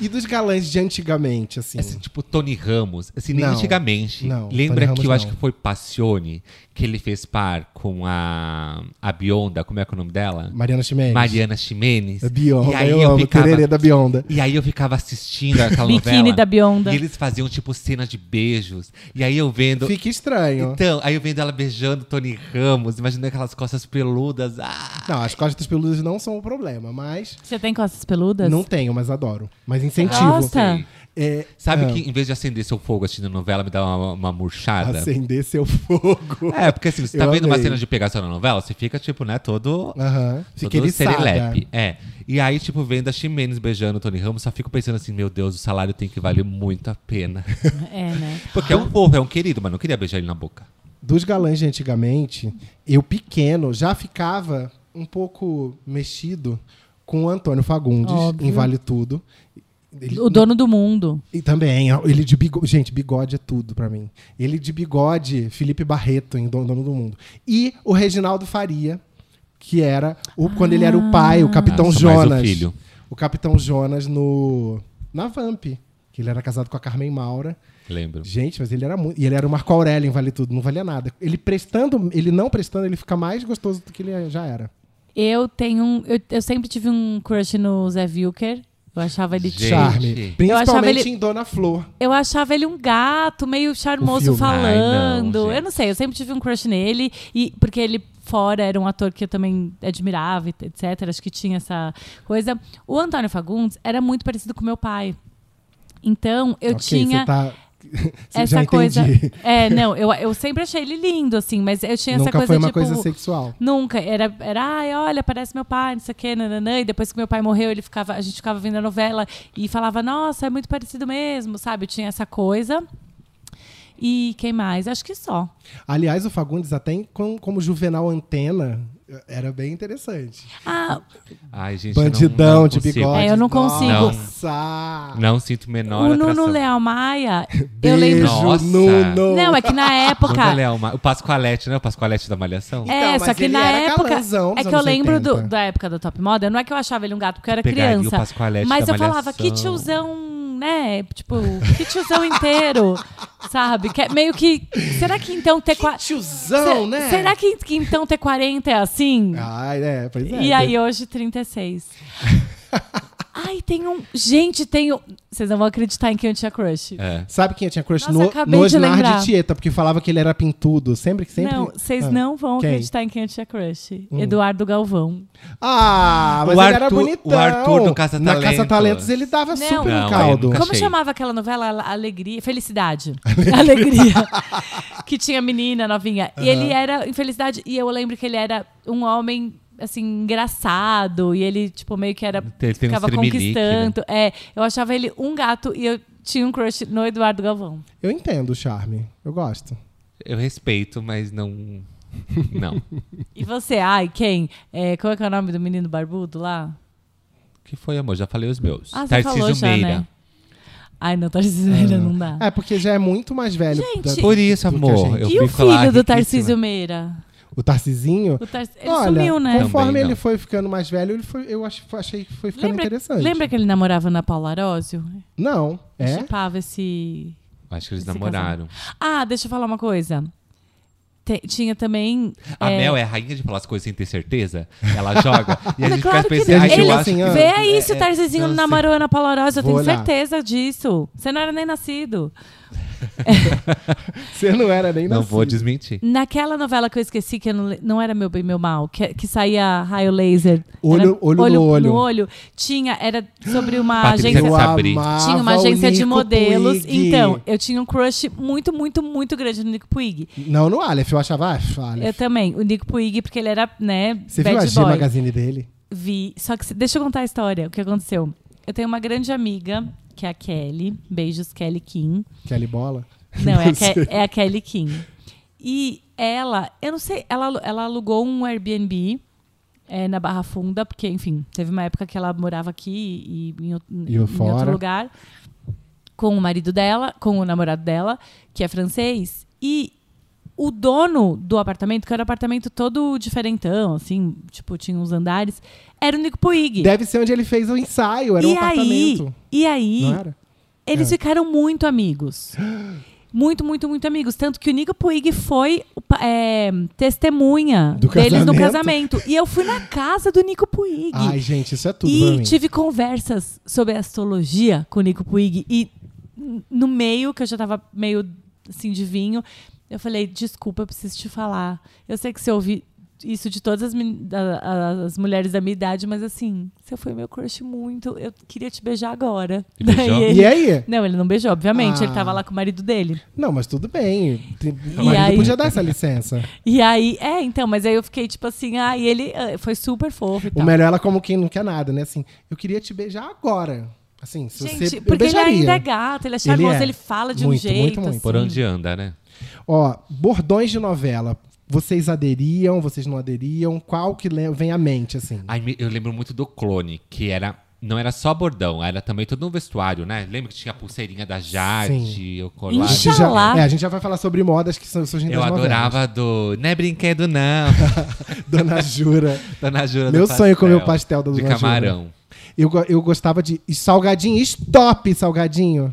e dos galãs de antigamente, assim.
Assim, tipo, Tony Ramos, assim, nem
Não,
antigamente.
não, Tony
lembra
Ramos
que eu acho
não.
que foi Passione, que ele fez par com a, a Bionda, como é que é o nome dela?
Mariana Chimenez.
Mariana Ximenes.
É Bionda,
e aí
eu
eu,
amo,
ficava,
tererê da Bionda.
E aí eu ficava assistindo aquela
Biquíni
novela.
da Bionda.
E eles faziam, tipo, cena de beijos. E aí eu vendo...
Fica estranho.
Então, aí eu vendo ela beijando Tony Ramos, imaginando aquelas costas peludas. Ah!
Não, as costas peludas não são o problema, mas.
Você tem costas peludas?
Não tipo. tenho, mas adoro. Mas incentivo.
Gosta?
É,
Sabe
Ah.
que em vez de acender seu fogo assistindo novela, me dá uma, uma murchada?
acender seu fogo.
<laughs> É, porque assim, você tá
Eu
vendo uma
amei. Ah,
cena de pegação na novela, você fica, tipo, né, todo.
Aham. Fica
Todo
eriçada.
serelepe. É. E aí, tipo, vendo a Ximenes beijando o Tony Ramos, só fico pensando assim, meu Deus, o salário tem que valer muito a
<laughs>
pena.
É, né?
Porque é um povo, é um querido, mas não queria beijar ele na boca.
Dos galãs de antigamente, eu pequeno já ficava um pouco mexido com o Antônio Fagundes,
Óbvio.
em Vale Tudo. Ele-
O dono do mundo.
E também, ele de bigode. Gente, bigode é tudo pra mim. Ele de bigode, Felipe Barreto, em Dono Dono do Mundo. E o Reginaldo Faria, que era o, quando ele era o pai, o Capitão
Ah, sou mais o
Jonas.
filho.
o Capitão Jonas no. Na Vamp. Que ele era casado com a Carmen Maura.
Lembro.
Gente, mas ele era muito. E ele era o Marco Aurélio em Vale Tudo, não valia nada. Ele prestando, ele não prestando, ele fica mais gostoso do que ele já era.
Eu tenho um. Eu, eu sempre tive um crush no Zé Vilker. Eu achava ele
Gente.
Charme.
Eu
achava
Principalmente
ele-
em Dona Flor.
Eu achava ele um gato, meio
O
charmoso
filme.
falando.
Ai, não, gente.
eu não sei, eu sempre tive um crush nele. E porque ele fora era um ator que eu também admirava, et- etc. Acho que tinha essa coisa. O Antônio Fagundes era muito parecido com meu pai. Então, eu
Ok,
tinha
Você tá... <laughs> Você
essa
já
coisa.
entendi.
É, não, eu, eu sempre achei ele lindo, assim, mas eu tinha
Nunca
essa coisa
foi uma
tipo.
coisa sexual.
Nunca. Era, era, ai, olha, parece meu pai, não sei o quê, nananã. E depois que meu pai morreu, ele ficava, a gente ficava vendo a novela e falava, nossa, é muito parecido mesmo, sabe? Tinha essa coisa. E quem mais? Acho que só.
Aliás, o Fagundes, até em- com- como juvenal antena, Era bem interessante.
Ah,
Ai, gente, eu não-
Bandidão
não
de
consigo.
bigode.
É, eu não consigo.
Nossa!
Não sinto menor
o
atração.
Nuno Léo
<laughs>
Maia, eu
Beijo,
lembro.
Nossa.
Nuno!
Não, é que na
Nuno
época.
Léo Ma- o Pascoalete, né? O Pascoalete da Malhação.
Então,
É,
mas
só que
ele
na
era
época.
galãzão dos
é que eu
anos
lembro do-
80.
da época do Top Model. Não é que eu achava ele um gato porque eu era
Pegaria o
criança.
Pascoalete
mas
da
eu falava,
Malhação.
que tiozão, né? Tipo, que tiozão inteiro, <laughs> sabe? Que é meio que. Será que então ter. qua-
Tiozão,
Se-
né?
Será que, que então ter 40 é assim?
Ai, é, pois é.
E aí hoje 36. <laughs> Ai, tem um. Gente, tem um. Vocês não vão acreditar em quem eu tinha crush.
É.
Sabe quem eu tinha crush?
Nossa,
no
acabei
no
de
Osnar
lembrar.
de Tieta, porque falava que ele era pintudo. Sempre que sempre.
Não, vocês
Ah.
não vão
Quem? Hum.
acreditar em quem eu tinha crush. Eduardo Galvão.
Ah, mas
O
ele era
Arthur-
bonitão.
o Arthur do Caça
Na
Talentos.
Caça Talentos ele dava super
Não,
um caldo.
nunca
Como
achei.
chamava aquela novela? Ale- Alegria. Felicidade.
<laughs>
Alegria. que tinha menina novinha. E ele era. Infelicidade. E eu lembro que ele era um homem. Assim, engraçado, e ele, tipo, meio que era.
Ele tem um uns
ficava
tremelique,
conquistando.
né?
É, eu achava ele um gato e eu tinha um crush no Eduardo Galvão.
Eu entendo o charme. Eu gosto.
Eu respeito, mas não.
<laughs>
Não.
E você, ai, quem? É, qual é, que é o nome do menino barbudo lá?
que foi, amor? Já falei os meus.
Ah, você
Tarcísio
falou já,
Meira. Ah.
né? Ai, não, Tarcísio Meira não dá.
É, porque já é muito mais velho.
Gente,
da-
É Por isso,
do que a
amor.
gente.
Eu
e o
fico lá
filho do
riquíssima.
Tarcísio Meira?
O Tarcizinho.
O Tarc- Ele
Olha,
sumiu, né?
Conforme
Também
ele
não.
foi ficando mais velho, ele foi, eu ach- achei que foi ficando interessante.
lembra que ele namorava na Paula Arósio?
Não, é?
Chipava esse.
Acho que eles
Esse
namoraram.
Ah, deixa eu falar uma coisa. Te- tinha também.
A
é,
Mel é a rainha de falar as coisas sem ter
<laughs>
certeza. Ela joga. e a
Ah, Mas
gente
claro
fica
que
pensando,
é não.
"Ai, eu
Ele-
acho
assim,
que
ah,
Vê aí se
é,
o Tarcizinho
não
não
sei.
namorou na Paula Arósio, eu
Vou
tenho
olhar.
certeza disso. Você não era nem nascido.
Você não era nem
Não
nascido.
vou desmentir.
Naquela novela que eu esqueci, que eu não, le- não era Meu Bem, Meu Mal, que, que saía raio laser.
Olho-
era
olho no olho.
tinha, era sobre uma
Patrícia
agência.
de
Eu
Sabri.
amava
Tinha uma
o
agência de
Nico
modelos.
Puig.
Então, eu tinha um crush muito, muito, muito grande no Nico Puig.
Não no Aleph, eu achava. Ah, Aleph.
Eu também. O Nico Puig, porque ele era, né,
Você
bad
viu a G
boy.
Magazine dele?
Vi. Só que, se- deixa eu contar a história, o que aconteceu. Eu tenho uma grande amiga, que é a Kelly. Beijos, Kelly Kim.
Kelly Bola?
Não, é a,
sei.
Ke- é a Kelly Kim. E ela, eu não sei, ela, alu- ela alugou um Airbnb é, na Barra Funda, porque, enfim, teve uma época que ela morava aqui e em, out-
E
em
fora.
outro lugar com o marido dela, com o namorado dela, que é francês, e o dono do apartamento, que era um apartamento todo diferentão, assim, tipo, tinha uns andares, era o Nico Puig.
Deve ser onde ele fez o ensaio, era
e, aí,
um apartamento.
e aí,
Não era? É.
eles ficaram muito amigos. Muito, muito, muito amigos. Tanto que o Nico Puig foi pa- é, testemunha
Do
deles no
casamento.
casamento. E eu fui na casa do Nico Puig.
Ai, gente, isso é tudo pra
e
mim.
tive conversas sobre astrologia com o Nico Puig. E n- no meio, que eu já tava meio assim de vinho, eu falei: desculpa, eu preciso te falar. Eu sei que você ouvi isso de todas as, men- a- a- as mulheres da minha idade, mas assim, você foi meu crush muito. Eu queria te beijar agora.
E beijou?
Daí ele-
E aí?
não, ele não beijou, obviamente.
Ah.
Ele tava lá com o marido dele.
Não, mas tudo bem. Tem- O
E
marido
aí?
podia dar essa licença.
E aí, é, então, mas aí eu fiquei tipo assim, ah, e ele ah, foi super fofo e
O
tal.
melhor é ela como quem não quer nada, né? Assim, eu queria te beijar agora. Assim, se
Gente,
você. eu
porque ele
beijaria.
ainda é gato, ele é charmoso, ele,
é.
fala de
Muito,
um jeito.
muito, muito.
assim.
Por onde anda, né?
Ó, bordões de novela. Vocês aderiam, vocês não aderiam? Qual que le- vem à mente, assim?
Ai, me- eu lembro muito do clone, que era. Não era só bordão, era também todo um vestuário, né? Lembra que tinha a pulseirinha da Jade, o colar.
A gente,
Inxalá.
já, é, a gente já vai falar sobre modas que são surgem
Eu
das novelas.
adorava do. Não é brinquedo, não. <laughs>
<laughs> Dona Jura.
Dona Jura
Meu
do
sonho é comer
pastel,
o pastel da
De
Dona Jura.
camarão.
Eu, go- eu gostava de. e Salgadinho, stop, salgadinho.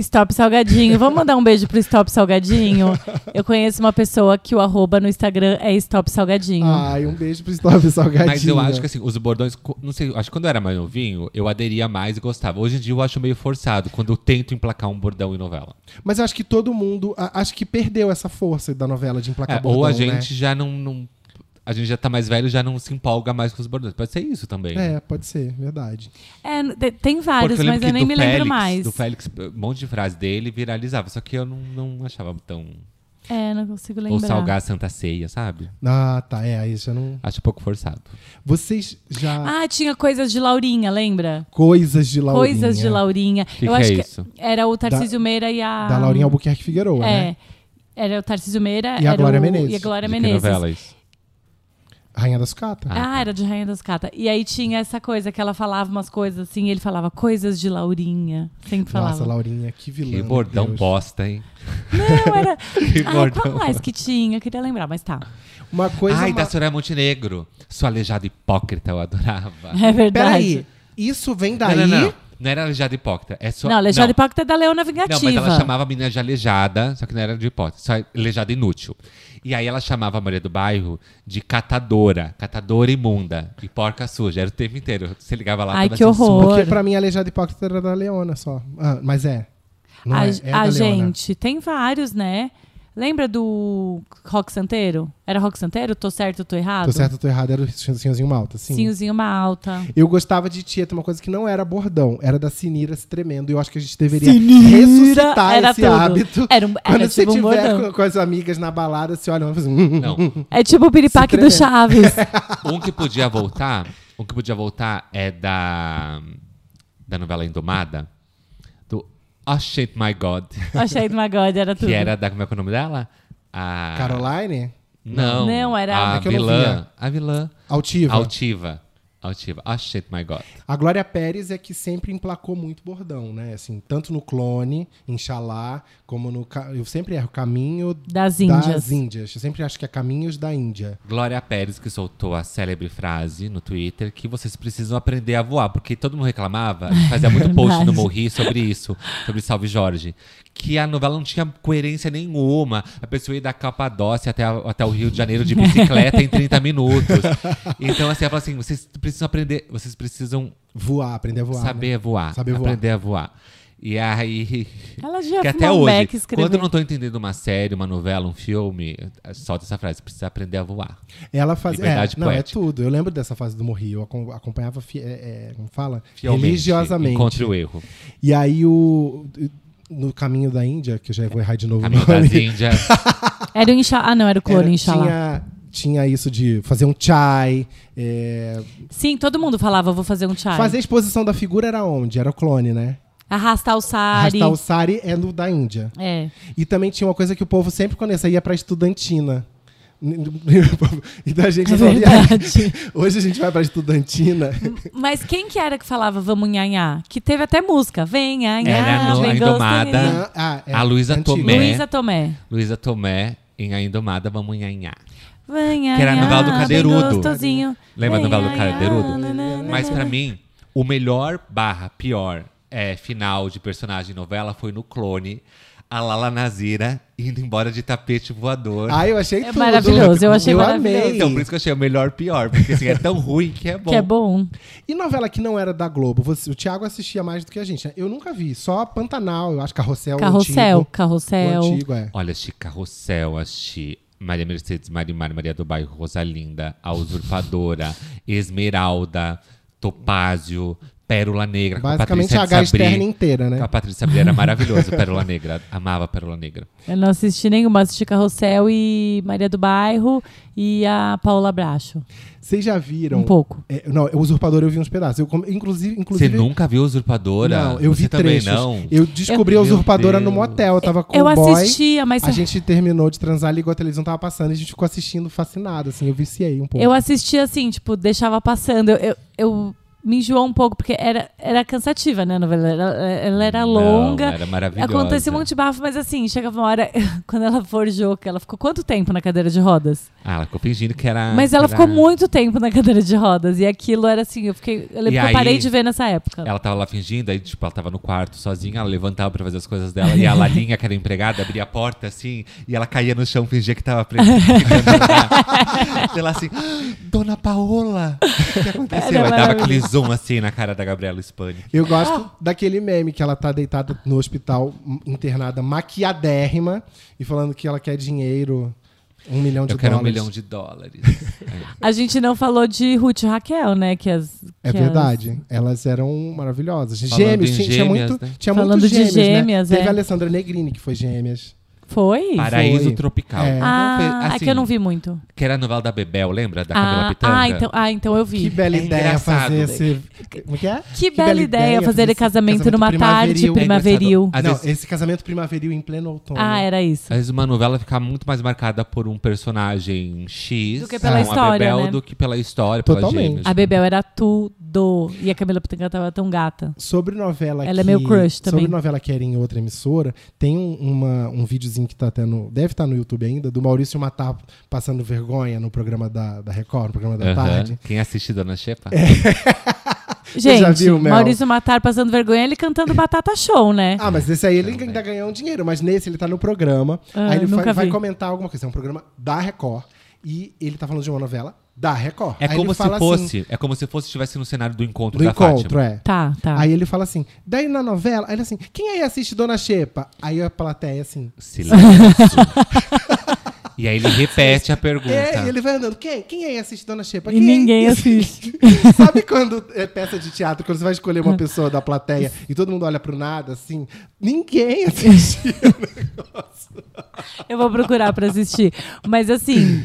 Stop Salgadinho. Vamos mandar um beijo pro Stop
<laughs>
Salgadinho? Eu conheço uma pessoa que o arroba no Instagram é Stop Salgadinho.
Ai, um beijo pro stop, <laughs> salgadinho.
Mas eu acho que assim, os bordões, co- não sei, acho que quando eu era mais novinho, eu aderia mais e gostava. Hoje em dia eu acho meio forçado quando eu tento emplacar um bordão em novela.
Mas eu acho que todo mundo. a- Acho que perdeu essa força da novela de
É,
emplacar
ou
bordão,
a
né?
gente já não, não- A gente já tá mais velho e já não se empolga mais com os bordões. Pode ser isso também. né?
É, pode ser, verdade.
É, n- te- tem
Porque
vários,
eu lembro
mas
que
eu nem
do
me lembro
Félix-
mais.
Do Félix, um monte de frase dele viralizava. Só que eu não, não achava tão.
É, não consigo lembrar.
Ou salgar a Santa Ceia, sabe?
Ah, tá. É, aí já não.
Acho um pouco forçado.
Vocês já.
Ah, tinha coisas de Laurinha, lembra?
Coisas de Laurinha.
Coisas de Laurinha.
Que
eu
que
acho
é
que
isso?
era o Tarcísio Meira e a.
Da Laurinha Albuquerque Figueroa, né?
É. Era o Tarcísio Meira
E a
era
Glória
o-
Menezes.
E a Glória
De que
Menezes.
novela é isso?
Rainha da Sucata.
Ah, era de Rainha das Catas. E aí tinha essa coisa que ela falava umas coisas assim, e ele falava coisas de Laurinha. Sempre falava.
Nossa, Laurinha, que vilã.
Que
meu
bordão
Deus.
bosta, hein?
Não,
<laughs>
era. Ai, qual
bordão.
mais que tinha? Eu queria lembrar, mas tá.
Uma coisa.
Ai,
ma-
da Soraya Montenegro. Sua aleijada hipócrita, eu adorava.
É verdade.
Peraí, isso vem daí.
Não, não, não. Não era aleijada hipócrita. É só...
Tá Não, Alexandre Hipócrita é da Leona Vingativa.
Não, mas ela chamava a menina de aleijada, só que não era de hipótese, só aleijada inútil. E aí ela chamava a Maria do Bairro de catadora, catadora imunda e porca suja. Era o tempo inteiro. Você ligava lá
Ai,
toda
que
assim,
horror.
Porque pra mim, Aleijada Hipócrita era da Leona só. Ah, mas é. Não
a
é, é da
a
Leona.
gente, tem vários, né? Lembra do Rock Santeiro? Era Rock Santeiro? Tô certo, tô errado?
Tô certo ou tô errado, era o Sinhozinho Malta, sim.
Sinhozinho uma
<laughs>
alta.
Eu gostava de Tieta, uma coisa que não era bordão, era da Sinira se tremendo. E eu acho que a gente deveria ressuscitar
era
esse
tudo.
hábito.
Era um- era
Quando você
tipo um
tiver
bordão.
com, com as amigas na balada, se olha, faz um...
Não,
É tipo o piripaque do
tremendo. <laughs>
Chaves.
um que podia voltar, um que podia voltar é da da novela Indomada, do Oh Shit My God,
Achei do Magode, era tudo.
que era da, como é que é o nome dela? A...
Caroline?
Não,
Não, era-
a
É
que eu não
vilã,
via.
a vilã,
Altiva.
altiva, altiva, Oh Shit My God.
A Glória Pérez é que sempre emplacou muito bordão, né? Assim, tanto no Clone, Inxalá, como no... ca- Eu sempre erro Caminho
Das Índias.
das Índias. Eu sempre acho que é Caminhos da Índia.
Glória Pérez que soltou a célebre frase no Twitter que vocês precisam aprender a voar, porque todo mundo reclamava, a gente fazia muito post
Verdade.
no Morri sobre isso, sobre Salve Jorge, que a novela não tinha coerência nenhuma. A pessoa ia da Capadócia até, a- até o Rio de Janeiro de bicicleta em 30 minutos. Então, assim, ela falou assim: vocês precisam aprender, vocês precisam
Voar, aprender a voar. né?
saber voar,
Saber voar.
aprender a voar. E aí.
<laughs>
<laughs>
Ela já
que
foi
até
uma
hoje,
beca escrever.
quando eu não tô entendendo uma série, uma novela, um filme, solta essa frase: precisa aprender a voar.
Ela fazia. É,
Liberdade
não, é
poética.
tudo. Eu lembro dessa fase do Morri. Eu acom- acompanhava, fi- é, é, como fala?
Fielmente,
Religiosamente.
Encontre o erro.
E aí o. No caminho da Índia, que eu já vou errar de novo. o
Caminho
nome,
das
<laughs>
Índias.
Era o Inxalá. Ah, não, era o
era-
clone Inxalá.
tinha, tinha isso de fazer um chai. é,
Sim, todo mundo falava, vou fazer um chai.
fazer a exposição da figura era onde? Era o clone, né?
Arrastar o sari.
Arrastar o sari é no da Índia.
É.
E também tinha uma coisa que o povo sempre quando ia pra estudantina. <laughs> E da gente
É
só via-
verdade.
<laughs> Hoje a gente vai pra estudantina.
Mas quem que era que falava vamos nhanhá? Que teve até música. Vem, nhanhá,
Era no-
vem
a Indomada.
gostosinho.
Ah, é
A Luísa
antigo.
Tomé.
Luísa Tomé.
Luísa Tomé em A Indomada, vamos nhanhá.
Vem,
Que era a
nhanhá,
novela do
bem
Cadeirudo.
gostosinho.
Lembra da
Vem,
novela do
nhanhá,
Cadeirudo?
nananana.
Mas pra mim, o melhor barra pior é, final de personagem em novela foi no Clone. A Lala Nazira indo embora de tapete voador.
Ah, eu achei
É
tudo.
maravilhoso, eu achei
Amei.
maravilhoso.
Então, por isso que eu achei o melhor pior. Porque assim, é
<laughs>
tão ruim que é bom.
Que é bom.
E novela que não era da Globo? Você- o Thiago assistia mais do que a gente. né? Eu nunca vi. Só Pantanal, eu acho Carrossel. o
Carrossel,
antigo.
Carrossel.
O antigo, é.
Olha, achei Carrossel, achei Maria Mercedes, Marimar, Maria do Bairro, Rosalinda, A Usurpadora, Esmeralda, Topázio, Pérola Negra. com
Basicamente
Patrícia
a
de
H
Sabri.
externa inteira, né?
Com A Patrícia Sabri
<laughs>
era maravilhoso, Pérola Negra. Amava Pérola Negra.
Eu não assisti nenhuma, assisti Carrossel e Maria do Bairro e a Paula Bracho.
Vocês já viram.
Um pouco.
É, não, o Usurpador eu vi uns pedaços. Eu, com- inclusive,
Você
inclusive.
nunca viu Usurpadora?
Não, eu
Você
vi
também
trechos.
não?
Eu descobri a
É. Meu
usurpadora no
Deus.
motel. Eu tava com
eu
o boy.
assistia, mas
A gente terminou de transar, ligou a televisão, tava passando e a gente ficou assistindo fascinado, assim. Eu viciei um pouco.
eu assistia assim, tipo, deixava passando. Eu, eu, eu- me enjoou um pouco, porque era, era cansativa, né, a novela? Era- ela era
Não,
longa.
era maravilhosa.
Acontece um monte de bafo, mas assim, chegava uma hora, <laughs> quando ela forjou, que ela ficou quanto tempo na cadeira de rodas?
Ah, ela ficou fingindo que era.
Mas ela
que
ficou
era-
muito tempo na cadeira de rodas. E aquilo era assim, eu fiquei. Eu
E
lembro que
aí- É.
eu parei de ver nessa época.
Ela tava lá fingindo, aí, tipo, ela tava no quarto sozinha, ela levantava pra fazer as coisas dela, e a Lalinha, que era empregada, abria a porta assim, e ela caía no chão, fingia que tava
<laughs>
presa. e ela assim, "Ah, Dona Paola! O que aconteceu?
Era
Aí dava
maravilhoso.
aquele zoom assim na cara da Gabriela Spani.
Ah.
Eu gosto daquele meme que ela tá deitada no hospital, m- internada, maquiadérrima, e falando que ela quer dinheiro, um milhão de
Eu quero um
dólares.
milhão de dólares.
A gente não falou de Ruth e Raquel, né? Que as,
É
que
verdade. Elas eram maravilhosas.
Falando
Gêmeos,
em
tinha, tinha
gêmeas,
muito,
né?
tinha
Falando
muito
de
gêmeos, né?
gêmeas,
Teve
é.
a Alessandra Negrini, que foi gêmeas.
as- Foi?
Paraíso
Foi.
Tropical.
É.
Não
Ah,
fez- assim,
é que eu não vi muito.
Que era a novela da Bebel, lembra? Da Camila
Ah,
Pitanga?
ah, então, ah, então eu vi.
Que bela
É
ideia
engraçado.
fazer esse. Como que é?
Que bela ideia fazer
esse
casamento numa tarde
primaveril. É
primaveril. né?
Às
Não,
vezes-
esse casamento primaveril em pleno outono.
Ah, era isso.
Às vezes uma novela fica muito mais marcada por um personagem X
Do que pela
com a
história,
Bebel
né?
do que pela história, pela
Totalmente.
gêmeas.
A Bebel era tudo. E a Camila Pitanga tava tão gata.
Sobre novela
Ela
que,
é meu crush também.
Sobre novela que era em outra emissora, tem um, uma- um videozinho que tá até no. Deve estar no YouTube ainda, do Maurício Matar passando vergonha no programa da, da Record, no programa da É,
Aham.
tarde.
Quem assiste Dona Xepa?
Gente,
já viu, Mel?
Maurício Matar passando vergonha, ele cantando Batata Show, né?
Ah, mas esse aí ele ainda ganhou um dinheiro, mas nesse ele tá no programa.
Ah,
aí ele vai-
nunca
vai
vi.
comentar alguma coisa. É um programa da Record. E ele tá falando de uma novela da Record.
É
Aí
como
ele
se
fala assim,
fosse. é como se fosse estivesse no cenário do encontro
do
da
encontro,
Fátima.
é.
Tá, tá.
Aí ele fala assim, daí na novela, aí ele assim, quem aí assiste Dona Xepa? Aí a plateia assim.
Silêncio.
<laughs>
e aí ele repete a pergunta.
É, e ele vai andando, quem? Quem aí assiste Dona Xepa?
E
Quem aí?" <laughs>
ninguém assiste.
Sabe quando é peça de teatro, quando você vai escolher uma pessoa da plateia e todo mundo olha pro nada, assim?
É
Ninguém assiste.
<laughs> Eu vou procurar pra assistir. Mas assim,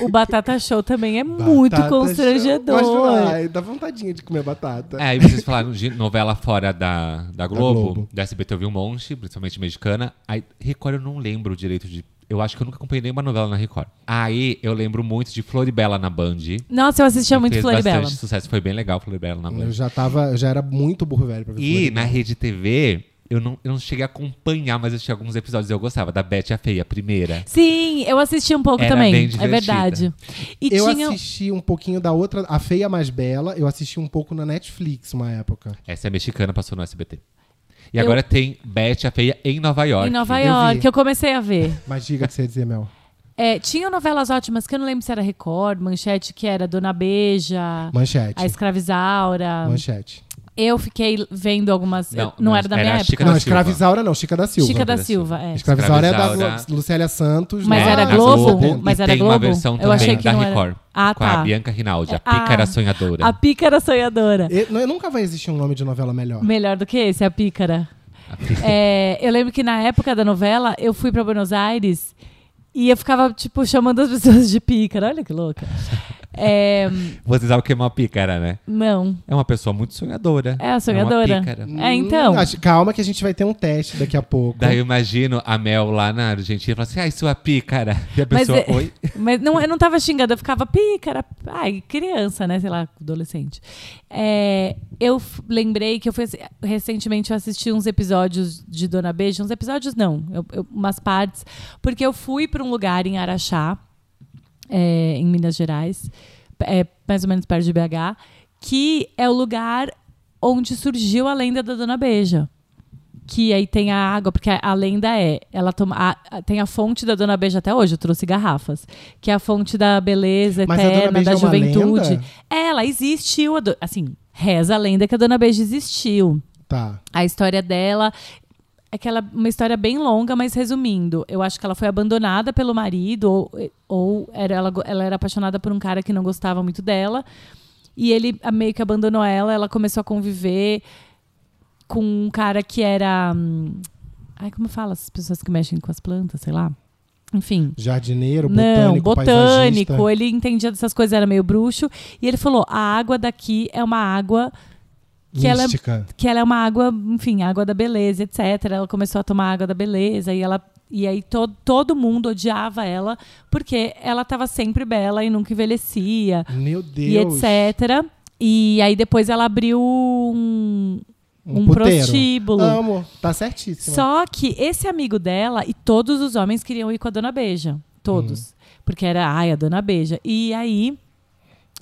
o Batata Show também é <laughs> muito
Batata
constrangedor.
show. Mas, ai, dá vontadinha de comer batata.
É, e vocês falaram de novela fora da, da, Globo, da
Globo.
SBT eu vi um monte, principalmente mexicana. Aí, Record eu não lembro direito de. Eu acho que eu nunca acompanhei nenhuma novela na Record. Aí eu lembro muito de Floribela na Band.
Nossa, eu assistia muito
Fez
Floribela.
bastante sucesso, foi bem legal Floribela na Band.
Eu já tava, eu já era muito burro velho pra ver
E
Floribela.
na Rede TV, eu não, eu não cheguei a acompanhar, mas eu tinha alguns episódios que eu gostava. Da Beth a Feia, a primeira.
Sim, eu assisti um pouco
Era
também.
bem
é
divertida.
verdade. E
Eu
tinha.
assisti um pouquinho da outra, A Feia Mais Bela, eu assisti um pouco na Netflix uma época.
Essa é mexicana, passou no SBT. E
Eu-
agora tem Beth a Feia em Nova York.
Em Nova
eu
York,
vi.
eu comecei a ver.
Mas diga o que você ia dizer, Mel.
É, tinha novelas ótimas que eu não lembro se era Record, Manchete, que era Dona Beija,
Manchete.
A Escravizaura.
Manchete.
Eu fiquei vendo algumas. eu- Não,
Não, não,
era da
era
minha
a
época.
Chica
não,
da
Escravizaura não, Chica da Silva.
Chica da
da
Silva, é.
Escravizaura, é da
Escravizaura. Ah,
Lu- Lucélia Santos.
Mas
né?
era
na
Globo? Mas
e
era
tem
Globo?
uma versão
Eu
também
achei que
da
não era.
Record.
Ah,
com
tá.
a Bianca Rinaldi. A
Ah,
Pica era sonhadora.
A Pícara Sonhadora.
E- não, nunca vai existir um nome de novela melhor.
Melhor do que esse, a Pícara. É, eu lembro que na época da novela, eu fui pra Buenos Aires e eu ficava, tipo, chamando as pessoas de Pícara. Olha que louca. É,
Vocês sabem o que é uma pícara, né?
não.
É uma pessoa muito sonhadora.
É a sonhadora.
É uma pícara.
É, então.
Hum, acho- calma que a gente vai ter um teste daqui a pouco.
Daí eu imagino a Mel lá na Argentina e fala assim, ai, sua pícara. E a pessoa,
é-
oi?
Mas não, eu não tava xingando, eu ficava pícara. Ai, criança, né? Sei lá, adolescente. É, eu f- lembrei que eu fui, assi- recentemente eu assisti uns episódios de Dona Beija. Uns episódios não, eu- eu- umas partes. Porque eu fui para um lugar em Araxá, é, em Minas Gerais, é, mais ou menos perto de BH, que é o lugar onde surgiu a lenda da Dona Beija que aí tem a água, porque a, a lenda é, ela toma, a- a- tem a fonte da Dona Beija até hoje, eu trouxe garrafas, que é a fonte da beleza
Mas a Dona
eterna,
Beija
da
é uma
juventude. É,
lenda?
Ela existiu, a do- assim, reza a lenda que a Dona Beija existiu.
Tá.
A história dela é que ela, uma história bem longa, mas resumindo, eu acho que ela foi abandonada pelo marido, ou, ou era, ela, go- ela era apaixonada por um cara que não gostava muito dela, e ele ah, meio que abandonou ela, ela começou a conviver com um cara que era. hum, Ai, como fala? As pessoas que mexem com as plantas, sei lá. Enfim.
Jardineiro,
Não,
botânico, paisagista.
botânico, ele entendia dessas coisas, era meio bruxo. E ele falou: a água daqui é uma água que ela,
mística.
que ela é uma água, enfim, água da beleza, etc. Ela começou a tomar água da beleza e ela e aí to, todo mundo odiava ela porque ela estava sempre bela e nunca envelhecia
Meu
e
Deus.
etc. E aí depois ela abriu um, um,
puteiro.
prostíbulo.
Amo. Tá certíssimo.
Só que esse amigo dela e todos os homens queriam ir com a Dona Beija.
Uhum.
Todos. Porque era, ai, a Dona Beija. E aí,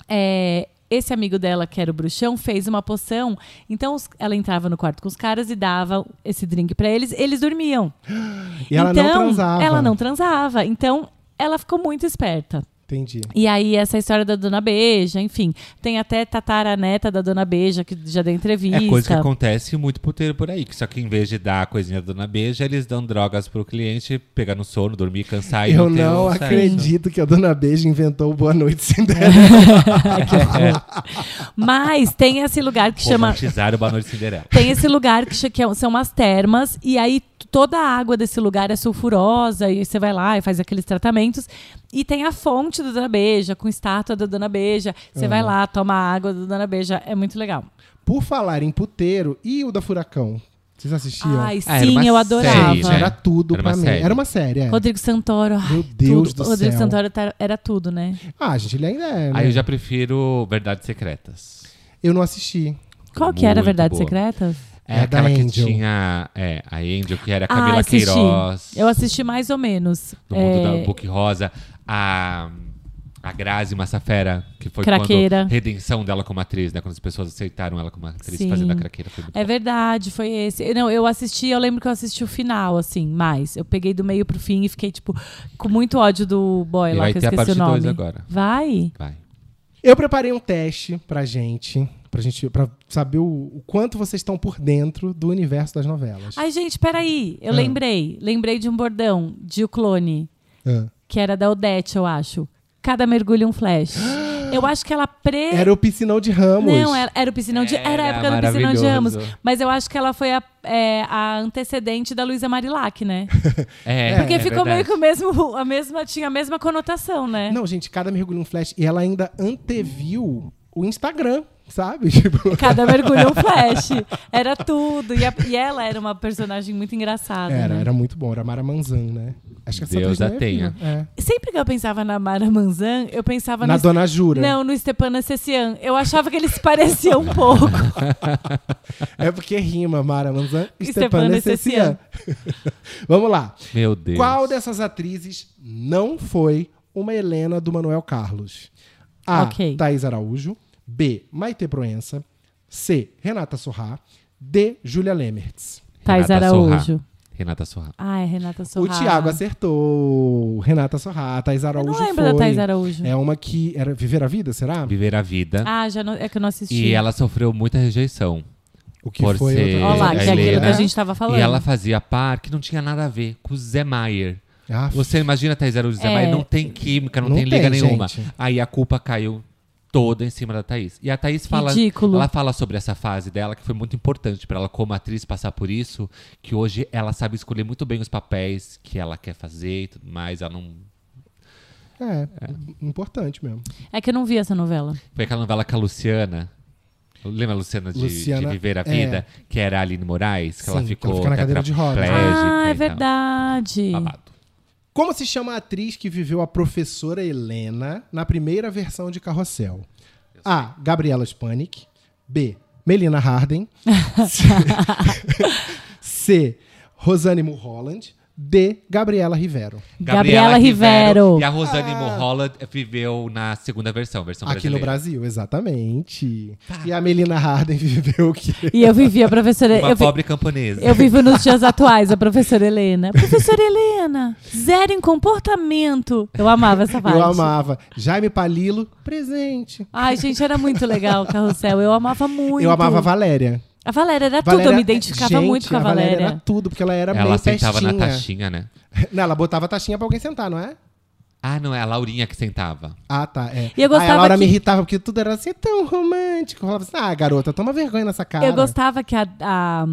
é, esse amigo dela, que era o bruxão, fez uma poção. Então, os- ela entrava no quarto com os caras e dava esse drink pra eles. Eles dormiam.
E ela
então,
não transava.
Ela não transava. Então, ela ficou muito esperta.
Entendi.
E aí, essa história da Dona Beija, enfim. Tem até tataraneta da Dona Beija, que já deu entrevista.
É coisa que acontece muito puteiro por aí. que Só que em vez de dar a coisinha da dona Beija, eles dão drogas pro cliente pegar no sono, dormir, cansar e
Eu
ter
não
o sexo.
acredito que a Dona Beija inventou o Boa Noite Cinderela.
Mas tem esse lugar que chama...
<laughs>
Romantizaram o Boa Noite Cinderela.
Tem esse lugar que, che- que é- são umas um, termas, e aí toda a água desse lugar é sulfurosa e você vai lá e faz aqueles tratamentos. E tem a fonte da Dona Beja, com estátua da Dona Beja. Você vai lá, toma a água da Dona Beja. É muito legal.
Por falar em puteiro, e o da Furacão? Vocês assistiam?
Ai,
Ah, era uma
sim, eu adorava.
série, né?
Era tudo
Era
pra
uma
mim.
série.
Era uma série, é.
Rodrigo Santoro. ai,
Meu Deus
tudo.
do
Rodrigo
céu.
Santoro tá- era tudo, né?
Ah, gente, ele ainda é. né?
Aí eu já prefiro Verdades Secretas.
Eu não assisti.
Qual que era a
Muito
Verdade
boa.
Secreta?
É
É da
aquela que
Angel.
tinha é, a Angel, que era a
Ah,
Camila
assisti.
Queiroz.
Eu assisti mais ou menos.
do mundo
É,
da Book Rosa, a, a Grazi Massafera, que foi
Craqueira.
quando a redenção dela como atriz, né? Quando as pessoas aceitaram ela como atriz
Sim.
fazendo a craqueira. Foi muito
É
bom.
verdade, foi esse. Não, eu assisti, eu lembro que eu assisti o final, assim, mais. Eu peguei do meio pro fim e fiquei, tipo, com muito ódio do boy
E
lá,
vai
que eu
ter a
esqueci o
parte dois
nome.
agora.
Vai?
Vai.
Eu preparei um teste pra gente, pra gente pra saber o, o quanto vocês estão por dentro do universo das novelas.
Ai, gente, peraí. Eu
Ah.
lembrei. Lembrei de um bordão de O Clone,
Ah.
que era da Odete, eu acho. Cada mergulho um
<gasps>
flash. Eu acho que ela pre...
Era o piscinão de Ramos.
é. Não, é, era, era o piscinão de... Era a
Era
época do piscinão de Ramos.
maravilhoso.
Mas eu acho que ela foi a, é, a antecedente da Luísa Marilac, né?
<laughs> É,
Porque
é
ficou meio
verdade.
que o mesmo... A mesma, tinha a mesma conotação, né?
Não, gente, cada mergulho um flash. E ela ainda anteviu o Instagram, sabe? <laughs> Tipo,
Cada mergulho é um flash. Era tudo. E, a- e ela era uma personagem muito engraçada.
era,
né?
era muito bom. Era Mara Manzan, né? Acho que essa
Deus
atriz nem
a
é
tenha.
viva. É.
Sempre que eu pensava na Mara Manzan, eu pensava
Na
no.
Dona Jura.
Não, no Stepan Sessian. Eu achava que eles se pareciam um pouco.
É porque rima Mara Manzan e
Stefana
Stefana Cessian. <laughs> Vamos lá.
Meu Deus.
Qual dessas atrizes não foi uma Helena do Manuel Carlos? A.
Ok.
Thaís Araújo. B. Maite Proença. C. Renata Sorrá. D. Júlia Lemertz.
Thais
Renata
Araújo.
Sorra. Renata Sorra.
Ah, é Renata
O
Sorra.
Thiago acertou. Renata Sorrá. Thaís
Eu
Araújo
não lembro
foi.
da Thais Araújo.
É uma que era Viver a Vida, será?
Viver a vida.
Ah, já não- é que eu não assisti.
e ela sofreu muita rejeição.
O que
Por
foi
ser-
outra
Olha lá,
a
que é
coisa,
aquilo que a
Helena.
gente tava falando.
né? E ela fazia par que não tinha nada a ver com o Zé Maier.
Ah,
Você imagina a Thais Araújo e Zé
É.
Maier, não tem química, não,
Não
tem
tem,
liga nenhuma.
gente.
Aí a culpa caiu toda em cima da Thaís. E a Thaís fala,
Ridículo.
ela fala sobre essa fase dela que foi muito importante pra ela como atriz passar por isso, que hoje ela sabe escolher muito bem os papéis que ela quer fazer e tudo mais, ela não
É, importante mesmo.
É que eu não vi essa novela.
foi aquela novela com a Luciana Lembra a Luciana de, de
Luciana,
Viver a
é.
Vida? Que era a Aline Moraes, que ela
Sim, que
ficou
ela fica na cadeira de rodas.
tetraplégica
ah, é
e tal.
verdade.
Babado.
Como se chama a atriz que viveu a professora Helena na primeira versão de Carrossel? A. Gabriela Spanik. B.
<laughs>
Melina Harden. C. Rosane Mulholland. D. Gabriela Rivero.
Gabriela Rivero.
E a Rosane Mulholland viveu na segunda versão, versão
Aqui no
Então, brasileira.
Brasil, exatamente. E a Melina Harden <laughs> viveu o quê?
E eu vivi a professora.
Uma
eu vi-
pobre camponesa.
Eu vivo nos dias atuais, a professora Helena. Professora Helena, zero em comportamento. Eu amava essa parte.
Eu amava. Jaime Palilo, presente.
Ai, gente, era muito legal o carrossel. Eu amava muito.
Eu amava a Valéria.
A Valéria era tudo, eu me identificava
gente,
muito com a Valéria.
era tudo, porque ela era
Ela
meio
sentava
pestinha.
na taxinha, né?
<laughs> Não, ela botava a taxinha pra alguém sentar, não é?
Ah, não, é a Laurinha que sentava.
Ah, tá. É.
E eu gostava
Aí a Laura
que-
me irritava, porque tudo era assim tão romântico. Eu falava assim, ah, garota, toma vergonha nessa cara.
Eu gostava que a, a,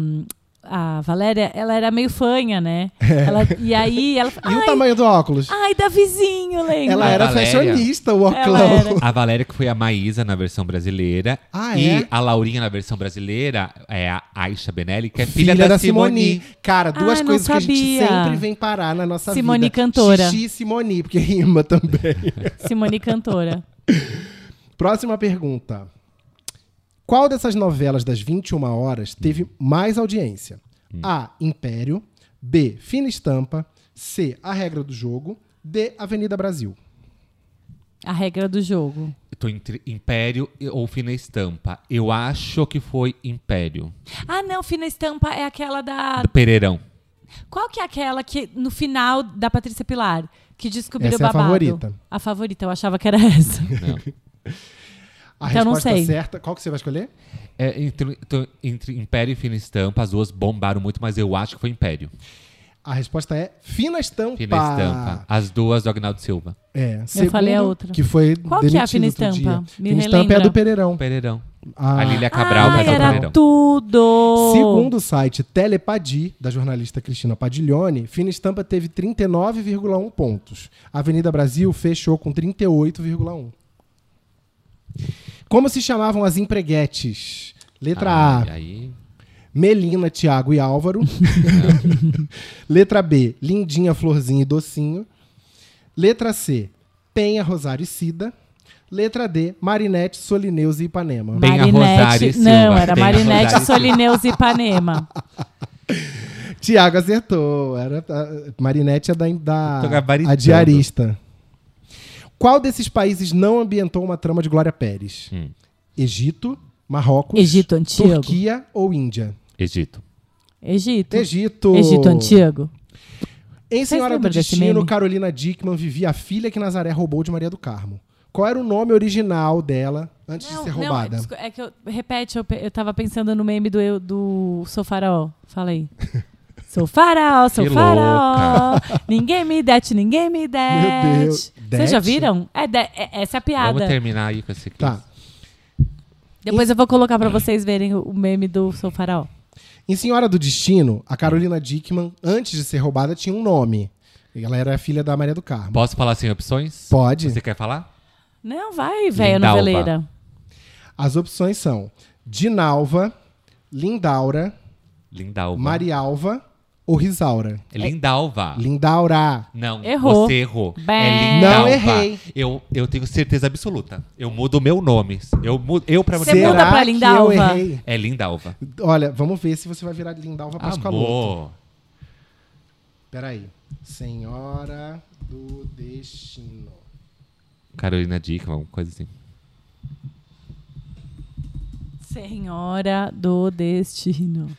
a Valéria, ela era meio fanha, né? Ela- e aí ela.
É. E o
Ai,
tamanho do óculos?
ai, Davizinho, lembra?
ela
A
era
Valéria.
fashionista, o
Ela era.
óculos.
A Valéria que foi a Maísa na versão brasileira.
Ah,
e
é?
a Laurinha na versão brasileira é a Aisha Benelli, que é filha, da, Simone.
Cara,
Ai, Ah,
duas
não
coisas que a gente
sabia.
sempre vem parar na nossa
Simone
vida.
cantora.
Xixi e Simone, porque rima também.
<laughs>
Simone Cantora.
Próxima pergunta. Qual dessas novelas das 21 horas teve mais audiência?
Hum.
A. Império. B. Fina Estampa. C. A Regra do Jogo. D. Avenida Brasil.
A regra do jogo.
Eu tô entre Império e- ou Fina Estampa. Eu acho que foi Império.
Ah, não, Fina Estampa é aquela da,
Do Pereirão.
Qual que é aquela que no final da Patrícia Pilar que descobriu
Essa
o
é a
babado?
favorita.
A favorita, eu achava que
<laughs>
era essa.
A
Então, não
resposta
sei.
certa. Qual que você vai escolher?
É, entre, tô entre Império e Fina Estampa, as duas bombaram muito, mas eu acho que foi Império.
A resposta é Fina Estampa.
Fina Estampa. As duas do Agnaldo Silva.
É, segundo,
falei a outra.
Que foi
Qual que é a
demitido
Fina
outro
Estampa?
dia.
Me
Fina Estampa é a
relembra.
do Pereirão.
Pereirão.
A-
A Lília Cabral
Ai,
faz o
era
Caldeirão.
tudo!
Segundo o site Telepadi, da jornalista Cristina Padiglione, Fina Estampa teve 39,1 pontos. A Avenida Brasil fechou com 38,1. Como se chamavam as empreguetes? Letra A,
Ai, Aí,
Melina, Tiago e
<laughs>
Álvaro. Letra B, Lindinha, Florzinha e Docinho. Letra C, Penha, Rosário e Cida. Letra D, Marinette, Solineuza e Ipanema.
Bem a Rosário e Silva.
Não, era
Bem a Rosário
Marinette
e Silva.
Solineus e Ipanema.
Tiago acertou. Era a- Marinette é da, da-
Tô gabaritando.
a diarista. Qual desses países não ambientou uma trama de Glória Pérez?
Hum.
Egito, Marrocos,
Egito antigo.
Turquia ou Índia?
Egito.
Egito.
Egito.
Egito antigo.
Em Senhora do
lembram desse
Destino,
meme?
Carolina Dickman vivia a filha que Nazaré roubou de Maria do Carmo. Qual era o nome original dela antes de ser roubada?
desculpa, é que eu. Repete, eu, pe- eu tava pensando no meme do, eu- do Sou Faraó. Fala
<laughs>
aí. Sou faraó, sou
Que
faraó. Ninguém me dete, ninguém me
Meu Deus.
dete. Vocês já
Dete?
viram? É, de- é- essa é a
Vamos
piada.
terminar aí com esse aqui.
Tá.
Depois eu vou colocar pra vocês verem o o meme do Sou Faraó.
Em Senhora do Destino, a Carolina Dickman, antes de ser roubada, tinha um nome. Ela era a filha da Maria do Carmo.
Posso falar sem opções?
Pode.
Você quer falar?
Não, vai, velha
Lindalva.
noveleira.
As opções são Dinalva, Lindaura,
Lindalva.
Marialva ou Risaura.
É Lindalva.
Lindaura.
Não,
Errou.
você errou.
Bem.
É Lindalva.
Não errei.
Eu, eu tenho certeza absoluta. Eu mudo o meu nome. Eu, mudo, eu pra
Você
mulher-
muda pra
que
Lindalva?
eu errei?
É Lindalva.
Olha, vamos ver se você vai virar Lindalva
Ah,
Pascoaloto.
Amor.
Peraí. Senhora do Destino.
Carolina Dickman, coisa assim.
Senhora do Destino.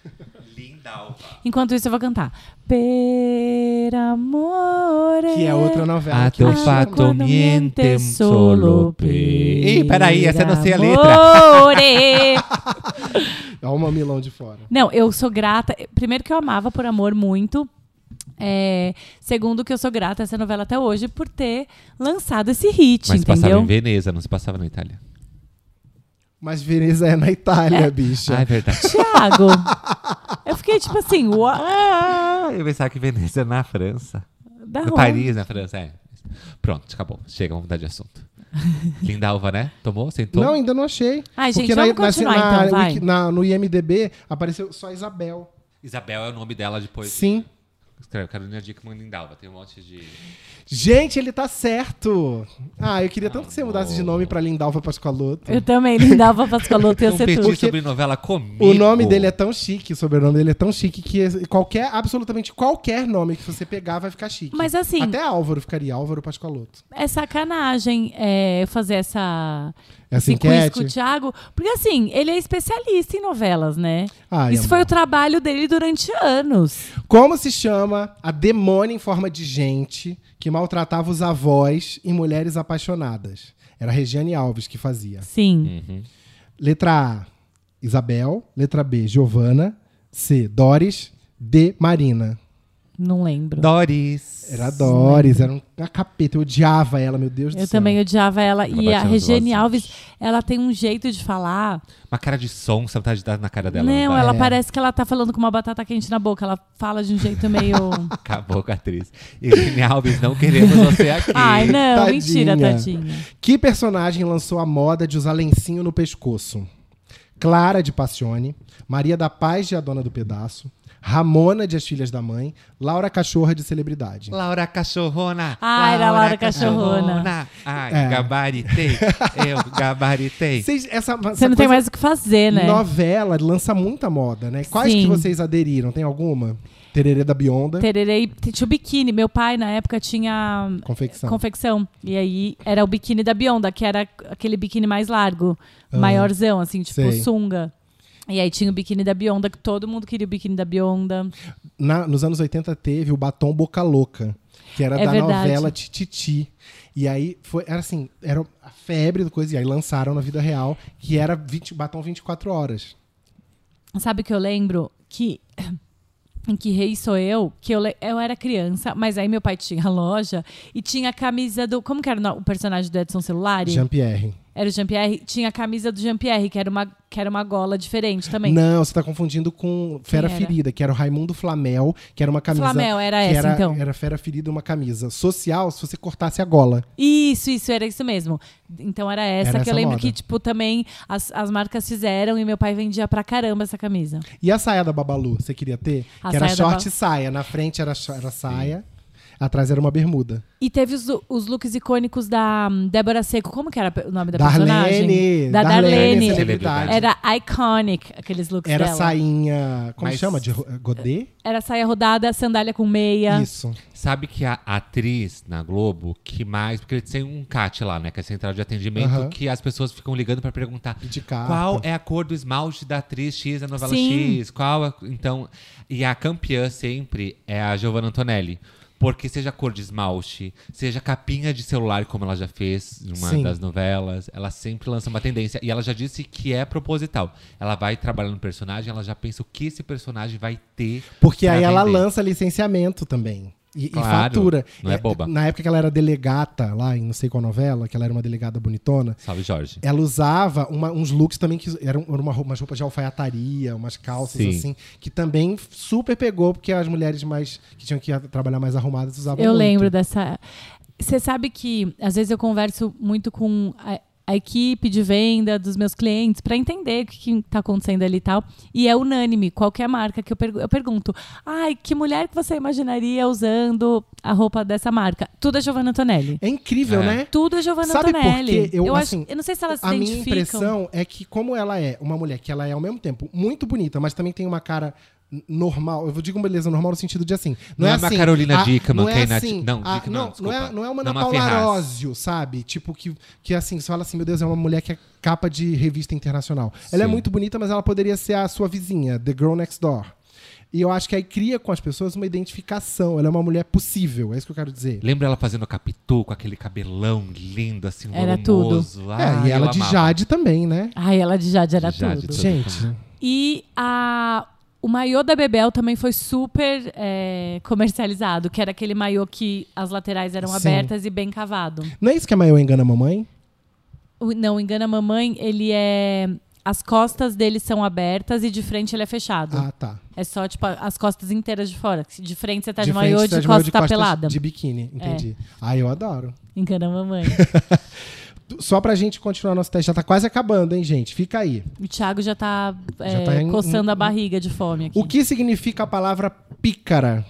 Lindalva.
Enquanto isso, eu vou cantar. Per amore. Ah,
Que é outra novela.
A
que eu
teu
acho-
fato
quando
miente
miente
solo
solo
pe. Ih, peraí, essa eu não sei a letra.
letra.
Olha o mamilão é de fora.
<laughs> não, eu sou grata. Primeiro que eu amava por amor muito. É, segundo que eu sou grata a essa novela até hoje por ter lançado esse hit,
Mas passava
entendeu?
em Veneza, não se passava na Itália.
Mas Veneza é na Itália, bicha.
Ah, é verdade.
<laughs> Tiago, eu fiquei tipo assim, uau,
Ah, eu pensava que Veneza é na França.
da
No
onde?
Paris, na França, é. Pronto, acabou. Chega, vamos mudar de
<laughs>
assunto. Lindalva, né? Tomou? Sentou?
Não, ainda não achei.
Ai, gente,
Porque
vamos continuar
na-
então, vai.
wiki- na- no IMDB apareceu só Isabel.
Isabel é o nome dela depois.
Sim.
Escreve Carolina Dickman Lindalva. Tem um monte de.
Gente, ele tá certo. Ah, eu queria tanto que você mudasse de nome pra Lindalva Pascoaloto.
Eu também, Lindalva Pascaloto, ia
Não
ser
pedi
tudo.
um sobre novela comigo.
O nome dele é tão chique, o sobrenome dele é tão chique que qualquer, absolutamente qualquer nome que você pegar vai ficar chique.
Mas assim-
Até Álvaro ficaria Álvaro Pascoaloto.
É sacanagem é, fazer essa
Essa
esse quiz com
enquete.
o Thiago. Porque assim, ele é especialista em novelas, né?
Ai,
Isso
amor.
foi o trabalho dele durante anos.
Como se chama a demônia em forma de gente que maltratava os avós e mulheres apaixonadas? Era Regiane Alves que fazia.
Sim.
Letra A, Isabel. Letra B, Giovana. C, Doris. D, Marina.
Não lembro.
Doris.
Era a Doris, era uma capeta. Eu odiava ela, meu Deus do
Eu
céu.
também odiava ela.
Ela
e
batia
a
nos
Regiane
vasos.
Alves, ela tem um jeito de falar.
Uma cara de som, vontade de dar na cara dela.
não,
dá? É.
ela parece que ela tá falando com uma batata quente na boca. Ela fala de um jeito meio.
<laughs> Acabou com a atriz. Irene Alves, não queremos você aqui.
Ai, não,
Tadinha.
mentira, tadinha.
Que personagem lançou a moda de usar lencinho no pescoço? Clara de Passione, Maria da Paz de A Dona do Pedaço, Ramona de As Filhas da Mãe, Laura Cachorra de Celebridade.
Laura Cachorrona.
Ah, era Laura Cachorrona.
Ai,
É.
gabaritei. Eu gabaritei.
Vocês- essa,
Você não tem mais o que fazer, né?
Novela lança muita moda, né? Quais
Sim.
que vocês aderiram? Tem alguma? Tererê da Bionda,
Tererei, tinha o biquíni. Meu pai, na época, tinha
confecção.
confecção. E aí era o biquíni da Bionda, que era aquele biquíni mais largo, maiorzão, assim, tipo
Ah, Sei.
sunga. E aí tinha o biquíni da Bionda, que todo mundo queria o biquíni da Bionda.
Na- nos anos 80 teve o batom Boca Louca, que era
É
da
verdade.
novela Tititi. E aí foi, era assim, era a febre do coisa, e aí lançaram na vida real, que era 20, batom 24 horas.
Sabe o que eu lembro? Que em Que Rei Sou Eu, que eu, le- eu era criança, mas aí meu pai tinha loja e tinha a camisa do... Como que era o, no- o personagem do Edson Celulari?
Jean-Pierre.
Era o Jean-Pierre. Tinha a camisa do Jean-Pierre, que, era uma- que era uma gola diferente também.
Não, você tá confundindo com Fera
era?
Ferida, que era o Raimundo Flamel, que era uma camisa.
Flamel, era
que
essa, então.
Era Fera Ferida, uma camisa social, se você cortasse a gola.
Isso, isso, era isso mesmo. Então era essa
Era
que eu
essa
lembro
moda.
que, tipo, também as, as marcas fizeram e meu pai vendia pra caramba essa camisa.
E a saia da Babalu, você queria ter?
A
que era
saia da
short
Ba-
e saia. Na frente era, cho- era saia, atrás era uma bermuda.
E teve os, os looks icônicos da hum, Débora Seco. Como que era o nome da
Darlene!
personagem? Da
Darlene,
Darlene.
celebridade.
Era iconic aqueles looks
Era
dela.
sainha. Como
Mas-
chama? De ro- godê?
Era saia rodada, sandália com meia.
Isso.
Sabe que a atriz na Globo que mais. Porque eles têm um CAT lá, né? Que é a central de atendimento,
Aham.
que as pessoas ficam ligando pra perguntar
E de carta.
qual é a cor do esmalte da atriz X, da novela
Sim.
X, qual é. Então. E a campeã sempre é a Giovanna Antonelli. Porque seja cor de esmalte, seja capinha de celular, como ela já fez em uma
Sim.
das novelas, ela sempre lança uma tendência. E ela já disse que é proposital. Ela vai trabalhando no personagem, ela já pensa o que esse personagem vai ter.
Porque
pra
aí ela
vender.
lança licenciamento também. E, e
Claro,
fatura.
não é boba.
Na época que ela era delegata lá em não sei qual novela, que ela era uma delegada bonitona,
Salve, Jorge.
ela usava uma- uns looks também que eram uma, roupa- umas roupas de alfaiataria, umas calças
Sim.
assim, que também super pegou, porque as mulheres mais que tinham que ir a- trabalhar mais arrumadas usavam
Eu
muito.
lembro dessa. Você sabe que às vezes eu converso muito com a, a equipe de venda dos meus clientes para entender o que está acontecendo ali e tal. E é unânime, qualquer marca que eu, pergu- eu pergunto: ai, que mulher que você imaginaria usando a roupa dessa marca? Tudo é Giovanna Antonelli.
É incrível,
É.
né?
Tudo é Giovanna
Sabe por
Antonelli.
quê? Eu,
acho-
assim,
eu não sei se elas se
a minha
identificam.
impressão é que como ela é uma mulher que ela é ao mesmo tempo muito bonita, mas também tem uma cara n- normal. Eu vou digo beleza normal no sentido de assim, não,
Não
é
é uma
assim,
Carolina
a-
Dickmann,
não
que
é
é inati-
assim,
não,
a-
Dickmann,
não, não é
desculpa.
não é uma
Não,
Ana
uma
Paula
Ferraz.
Arósio, sabe? Tipo que que assim, você fala assim, meu Deus, é uma mulher que é capa de revista internacional. Ela é
Sim.
muito bonita, mas ela poderia ser a sua vizinha, The Girl Next Door. E eu acho que aí cria com as pessoas uma identificação. Ela é uma mulher possível, é isso que eu quero dizer.
Lembra ela fazendo Capitu com aquele cabelão lindo, assim,
Era
volumoso. Ah,
é, e ela
eu
de
amava.
Jade também, né?
Ai, ela de Jade era
De Jade,
tudo.
tudo.
Gente,
E a, o maiô da Bebel também foi super é, comercializado, que era aquele maiô que as laterais eram
Sim.
abertas e bem cavado.
não é isso que a Maior engana a mamãe?
O- não, engana a mamãe, ele é. As costas dele são abertas e de frente ele é fechado.
Ah, tá.
É só, tipo, a- as costas inteiras de fora. De frente você tá de,
frente,
maiô,
tá
de,
maiô,
costas tá pelada.
De biquíni, entendi. Ah, eu adoro.
Engana a
<laughs>
mamãe.
Só pra gente continuar nosso teste, já tá quase acabando, hein, gente? Fica aí.
o Thiago já tá, é,
tá em-
coçando a barriga de fome aqui.
O que significa a palavra pícara?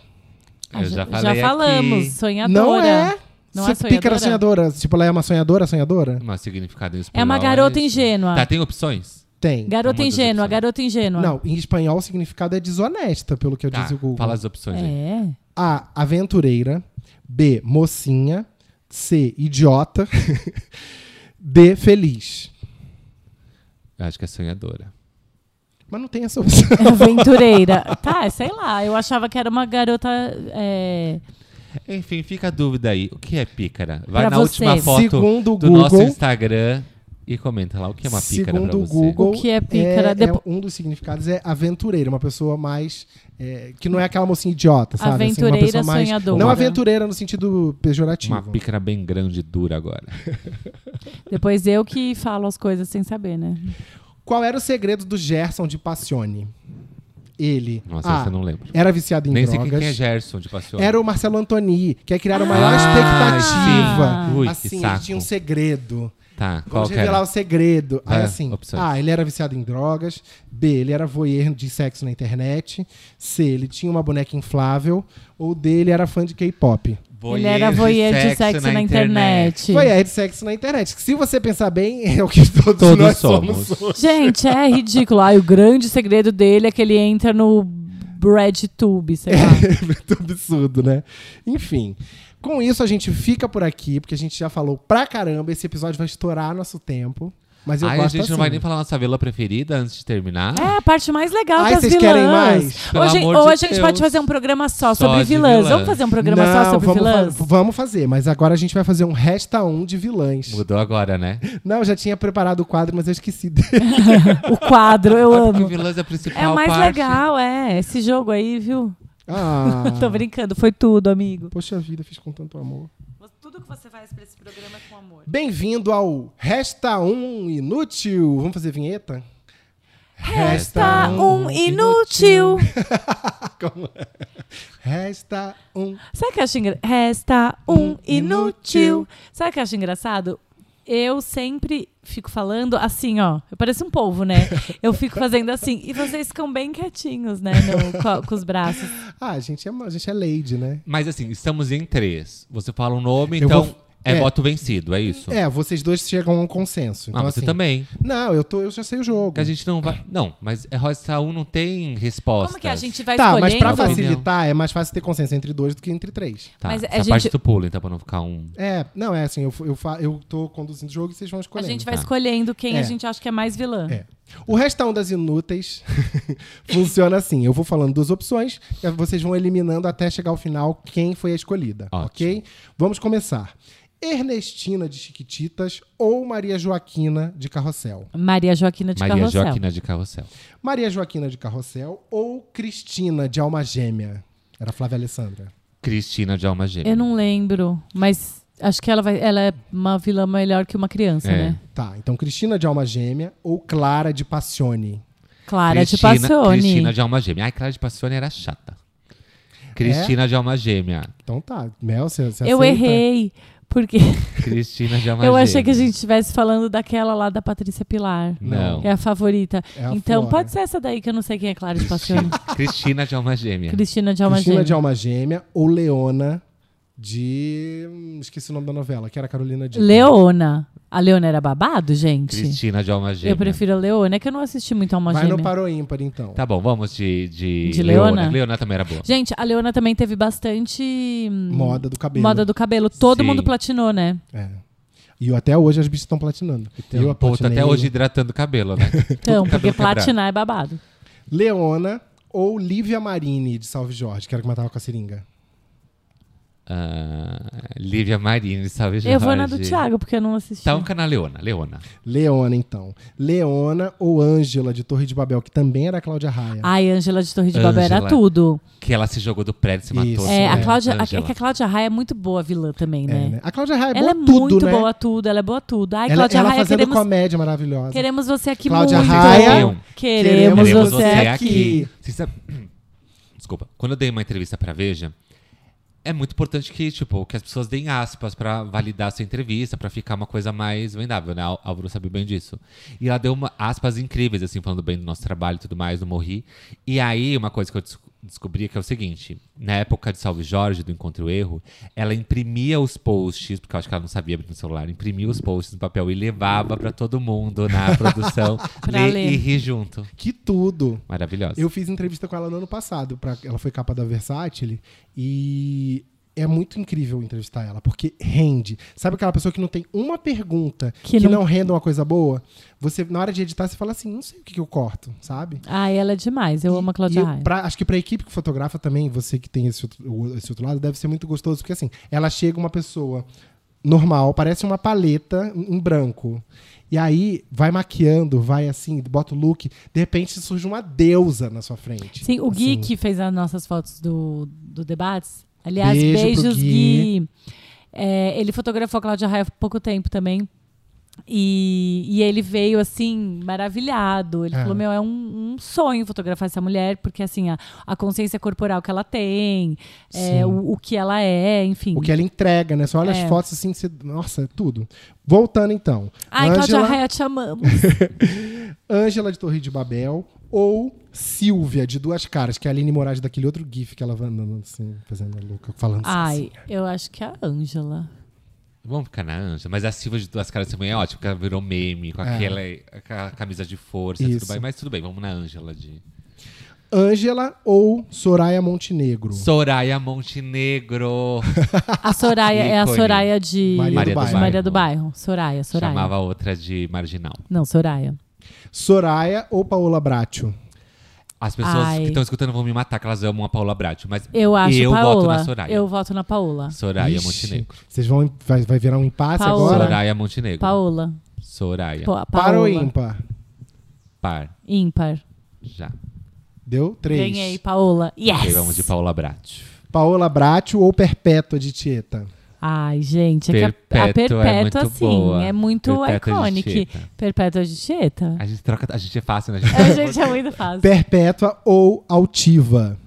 Ah,
Eu já falei
falamos,
aqui.
sonhadora.
Não é?
Não
Se
é sonhadora?
Pícara sonhadora. Tipo, ela é uma sonhadora, sonhadora?
Mas o significado em espanhol
É uma garota
isso.
ingênua.
Tá, tem opções?
Tem.
Garota
Uma das
ingênua,
opções.
garota ingênua.
Não, em espanhol o significado é desonesta, pelo que eu
Tá,
disse o Google.
fala as opções aí.
É.
A, aventureira. B, mocinha. C, idiota. <laughs> D, feliz.
Eu acho que é sonhadora.
Mas não tem essa opção.
<laughs> Aventureira. tá, sei lá. Eu achava que era uma garota. é,
Enfim, fica a dúvida aí. O que é pícara? Vai
Pra
na
você.
última foto
Segundo o
do nosso
Google-
Instagram e comenta lá o que é uma pícara
Segundo
pra
o
você.
Google,
O que é pícara?
é-
Depo-
é um dos significados é aventureira, uma pessoa mais é, que não é aquela mocinha idiota, sabe? Assim, uma
Aventureira,
pessoa mais,
sonhadora.
Não aventureira no sentido pejorativo.
Uma pícara bem grande e dura agora.
Depois eu que falo as coisas sem saber, né?
Qual era o segredo do Gerson de Passione? Ele
Nossa,
A,
essa eu não lembro.
era viciado em
Nem sei
drogas.
quem é Gerson de Passione.
Era o Marcelo Antoni, que é criar a maior
Ah,
expectativa.
sim. Ui, que
assim,
saco.
ele tinha um segredo.
Tá, qual
Vamos
que
revelar
era?
o segredo. Aí,
Vai,
assim,
opções.
A, ele era viciado em drogas. B, ele era voyeur de sexo na internet. C, ele tinha uma boneca inflável. Ou D, ele era fã de K-pop.
Voyeur
Ele era voyeur de sexo, na, internet.
Voyeur de sexo na internet. que se você pensar bem, <laughs> é o que todos,
Todos
nós somos.
somos.
Gente, é ridículo. Ai, o grande segredo dele é que ele entra no RedTube, sei lá.
<laughs> É <laughs> muito absurdo, né? Enfim. Com isso, a gente fica por aqui, porque a gente já falou pra caramba. Esse episódio vai estourar nosso tempo. Mas eu
Ai, a
gosto
gente não
assim.
vai nem falar nossa vila preferida antes de terminar?
É a parte mais legal
Ai,
das
vocês
vilãs.
querem mais?
Pelo
ou a gente,
amor
ou
de
a gente
Deus.
pode fazer um programa só,
Só
sobre
de
vilãs.
vilã.
Vamos fazer um programa
não,
só sobre
vamos,
vilãs?
fa- vamos fazer, mas agora a gente vai fazer um resta um de vilãs.
Mudou agora, né?
Não, eu já tinha preparado o quadro, mas eu esqueci dele.
<laughs> O quadro, eu
Que
amo.
vilãs é a principal
É o mais
parte.
legal, é. Esse jogo aí, viu? <laughs>
Ah,
Tô brincando, foi tudo, amigo.
poxa vida, fiz com tanto amor.
Tudo Tudo que você faz pra esse programa é com amor.
Bem-vindo ao Resta Um Inútil. Vamos fazer vinheta?
Resta um inútil.
Ah,
Como é? <laughs> Resta um.
Sabe o que eu acho engraçado? Resta um inútil. Sabe o que eu acho engraçado? Eu sempre fico falando assim, ó. Eu pareço um polvo, né? Eu fico fazendo assim. E vocês ficam bem quietinhos, né? no- co- com os braços.
Ah, a gente é, uma- a gente é lady, né?
Mas assim, estamos em três. Você fala um nome,
Eu
então
vou-
é,
é.
voto vencido, é isso?
É, vocês dois chegam a um consenso. Então,
ah, você
assim,
também.
Não, eu, tô, eu já sei o jogo.
Que a gente não vai. Não, mas é Rosta 1 não tem resposta.
Como que a gente vai
Tá, mas
escolhendo?
pra
Opinião.
facilitar, é mais fácil ter consenso entre dois do que entre três.
Tá,
Mas a
essa parte
gente-
tu pula, então, pra não ficar um.
É, não, é assim, eu, eu, fa- eu tô conduzindo o jogo e vocês
A
vão escolhendo.
gente vai escolhendo quem
É.
a gente acha que é mais vilã.
É. O restão das inúteis funciona assim. Eu vou falando duas opções e aí vocês vão eliminando até chegar ao final quem foi a escolhida,
Ótimo.
ok? Vamos começar. Ernestina de Chiquititas ou Maria Joaquina de Carrossel?
Maria Joaquina de
Maria
Carrossel.
Joaquina de Carrossel.
Maria Joaquina de Carrossel ou Cristina de Alma Gêmea? Era Flávia Alessandra.
Cristina de Alma Gêmea.
Eu não lembro, mas acho que ela, vai, ela é uma vilã melhor que uma criança,
É.
né?
Tá, então Cristina de Alma Gêmea ou Clara de Passione?
Clara é de
Cristina,
Passione.
Cristina de Alma Gêmea. Ai, Clara de Passione era chata.
É?
Cristina de Alma Gêmea.
Então tá, Mel, você, você
Eu
aceita?
errei, porque <laughs>
Cristina de Alma
eu
Gêmea.
achei que a gente estivesse falando daquela lá da Patrícia Pilar.
Não.
É a favorita.
É a
então
Flora.
pode ser essa daí que eu não sei quem é Clara de Passione.
Cristina de Alma Gêmea.
Cristina de Alma
Cristina
Gêmea.
de Alma Gêmea ou Leona de. hum, Esqueci o nome da novela, que era Carolina de.
Leona. A Leona era babado, gente?
Cristina de Alma Gêmea.
Eu prefiro a Leona, é que eu não assisti muito a Alma
Vai no
Gêmea.
Parou Ímpar, então.
Tá bom, vamos de, de,
De
Leona.
Leona?
Leona também era boa.
Gente, a Leona também teve bastante hum,
Moda do cabelo.
moda do cabelo. Todo
Sim.
mundo
<laughs>
platinou, né?
É. E eu- até hoje as bichas estão platinando. Eu
o povo tá
platinei.
até hoje hidratando o cabelo, né? <laughs>
Então,
Tudo
porque
cabelo quebrado.
platinar é babado.
Leona ou Lívia Marini de Salve Jorge, que era que matava com a seringa.
Ah, Lívia Marini, salve Jorge.
Eu vou na do Thiago, porque eu não assisti.
Tá um canal Leona, Leona.
Leona, então. Leona ou Ângela de Torre de Babel, que também era a Cláudia Raia.
Ai, Ângela de Torre de Babel era
Ângela.
tudo.
Que ela se jogou do prédio e se
Isso.
matou.
É, a
né?
Cláudia, a- é
Ângela.
que a Cláudia Raia é muito boa vilã também,
É,
né?
né? A Cláudia Raia é
Ela
boa
é
tudo,
muito
né?
boa tudo, ela é boa tudo. Ai,
ela
Cláudia
ela
Raia,
fazendo
queremos,
comédia maravilhosa.
queremos você aqui
Cláudia
muito.
Raia,
Queremos,
queremos
você,
você
aqui.
aqui.
Vocês sab- <clears throat> Desculpa. Quando eu dei uma entrevista pra Veja, é muito importante que, tipo, que as pessoas deem aspas pra validar a sua entrevista, pra ficar uma coisa mais vendável, né? Al- Álvaro sabe bem disso. E ela deu uma, aspas incríveis, assim, falando bem do nosso trabalho e tudo mais, do Morri. E aí, uma coisa que eu des- descobri que é o seguinte, na época de Salve Jorge, do Encontro e Erro, ela imprimia os posts, porque eu acho que ela não sabia abrir no celular, imprimia os posts no papel e levava pra todo mundo na produção
<laughs> Pra
ler,
ler.
e rir junto.
Que tudo.
Maravilhosa.
Eu fiz entrevista com ela no ano passado. pra- ela foi capa da Versátil. E é muito incrível entrevistar ela, porque rende. Sabe aquela pessoa que não tem uma pergunta que,
Que
não...
não-
renda uma coisa boa? Você, na hora de editar, você fala assim: não sei o que, que eu corto, sabe?
Ai, ela é demais. Eu amo a Cláudia
E
Raia.
pra- acho que pra equipe que fotografa também, você que tem esse outro, o- esse outro lado, deve ser muito gostoso, porque assim, ela chega uma pessoa normal, parece uma paleta em branco. E aí vai maquiando, vai assim, bota o look, de repente surge uma deusa na sua frente.
Sim, o Gui
Assim,
que fez as nossas fotos do, do debates. Aliás,
Beijo pro
beijos,
Gui.
Gui. É, ele fotografou a Cláudia Raia há pouco tempo também. E, e ele veio assim, maravilhado. Ele
É.
falou: Meu, é um, um sonho fotografar essa mulher, porque assim, a, a consciência corporal que ela tem, é, o, o que ela é, enfim.
O que ela entrega, né? Você olha
É.
as fotos assim, você, nossa, é tudo. Voltando então.
Ai,
Ângela-
Cláudia Raia, te amamos.
Ângela de Torre de Babel ou Silvia de Duas Caras, que é a Aline Moraes daquele outro gif que ela vai andando assim, fazendo a louca, falando assim.
Ai, eu acho que é a Ângela.
Vamos ficar na Anja, mas a Silva de Duas Caras também é ótima, porque ela virou meme com
É.
aquela aquela camisa de força,
Isso.
tudo bem, mas tudo bem, vamos na Ângela de.
Ângela ou Soraya Montenegro?
Soraya Montenegro
A Soraya é a
Ícone.
Soraya de
Maria do
Maria, do,
Bairro.
Bairro. Soraya, <laughs> Soraya.
chamava a outra de marginal.
Não, Soraya.
Soraya ou Paola Bracho?
As pessoas
Ai.
que estão escutando vão me matar, que elas amam a Paula Brat, mas
Eu acho
eu
Paola.
voto na Soraya.
Eu voto na Paola.
Soraya
Ixi,
Montenegro.
Vocês vão vai, vai virar um impasse
Paola.
agora?
Soraya Montenegro.
Paola.
Soraya.
Pa- Paola.
Para ou ímpar?
Par.
Ímpar.
Já.
Deu três.
Ganhei, Paola. Yes!
Ok, vamos de Paula Brat.
Paola Bracho ou Perpétua de Tieta?
Ai, gente, é que a- a,
Perpétua
Perpétua,
é muito
assim,
boa.
é muito
Perpétua
icônica.
Justiça.
Perpétua Justieta.
A gente troca. A gente é fácil, né? A gente
A gente é muito fácil.
<laughs>
Perpétua ou altiva?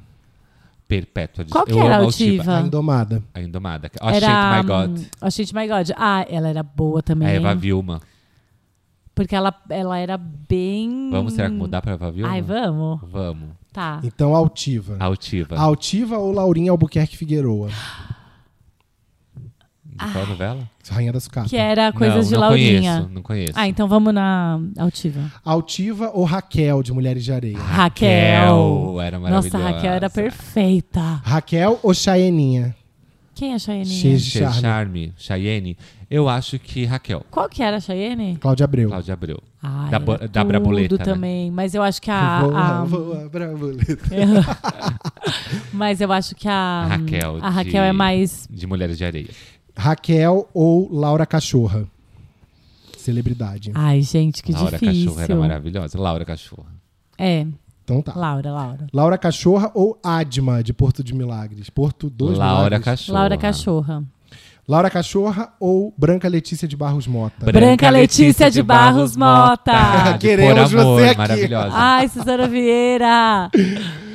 Perpétua.
Qual que
Eu
era
amo
a altiva?
A indomada.
A Indomada. Oh, shit, my God.
hum, Oh Shit My God. Ah, ela era boa também.
A Eva Vilma.
Porque ela, ela era bem.
Vamos, será que mudar pra Eva Vilma?
Hum. Ai, vamos?
Vamos.
Tá.
Então, altiva.
Altiva.
Altiva ou Laurinha Albuquerque Figueroa?
De Qual novela?
Rainha da sucata.
Que é- era Coisas
não,
Ah, de
não
Laurinha.
Conheço, não conheço.
Ah, então vamos na Altiva.
Altiva ou Raquel, de Mulheres de Areia?
Raquel.
Raquel, era
Nossa, a Raquel
maravilhosa.
era perfeita.
Raquel ou Chaeninha?
Quem é a Cheyenne?
Che-
Che-
Charme.
Charme. Cheyenne. Eu acho que Raquel.
Qual que era a Cheyenne?
Cláudia Abreu.
Cláudia Abreu.
Ah,
Da
era
bo- da
tudo
Braboleta, né?
também. Mas eu acho que a. a-
voa, braboleta.
mas eu acho que a.
A Raquel.
A Raquel
de-
é mais.
De Mulheres de Areia.
Raquel ou Laura Cachorra? Celebridade.
Ai, gente, que
Laura
difícil.
Cachorra era maravilhosa. Laura Cachorra.
É,
Então tá.
Laura, Laura.
Laura Cachorra ou Adma, de Porto de Milagres? Porto dos
Laura
Milagres.
Cachorra.
Laura Cachorra.
Laura Cachorra ou Branca Letícia de Barros Mota?
Branca
Branca Letícia de Barros Mota. Ah.
De
Queremos
Por Amor,
você aqui.
Maravilhosa.
Ai, Cesara Vieira!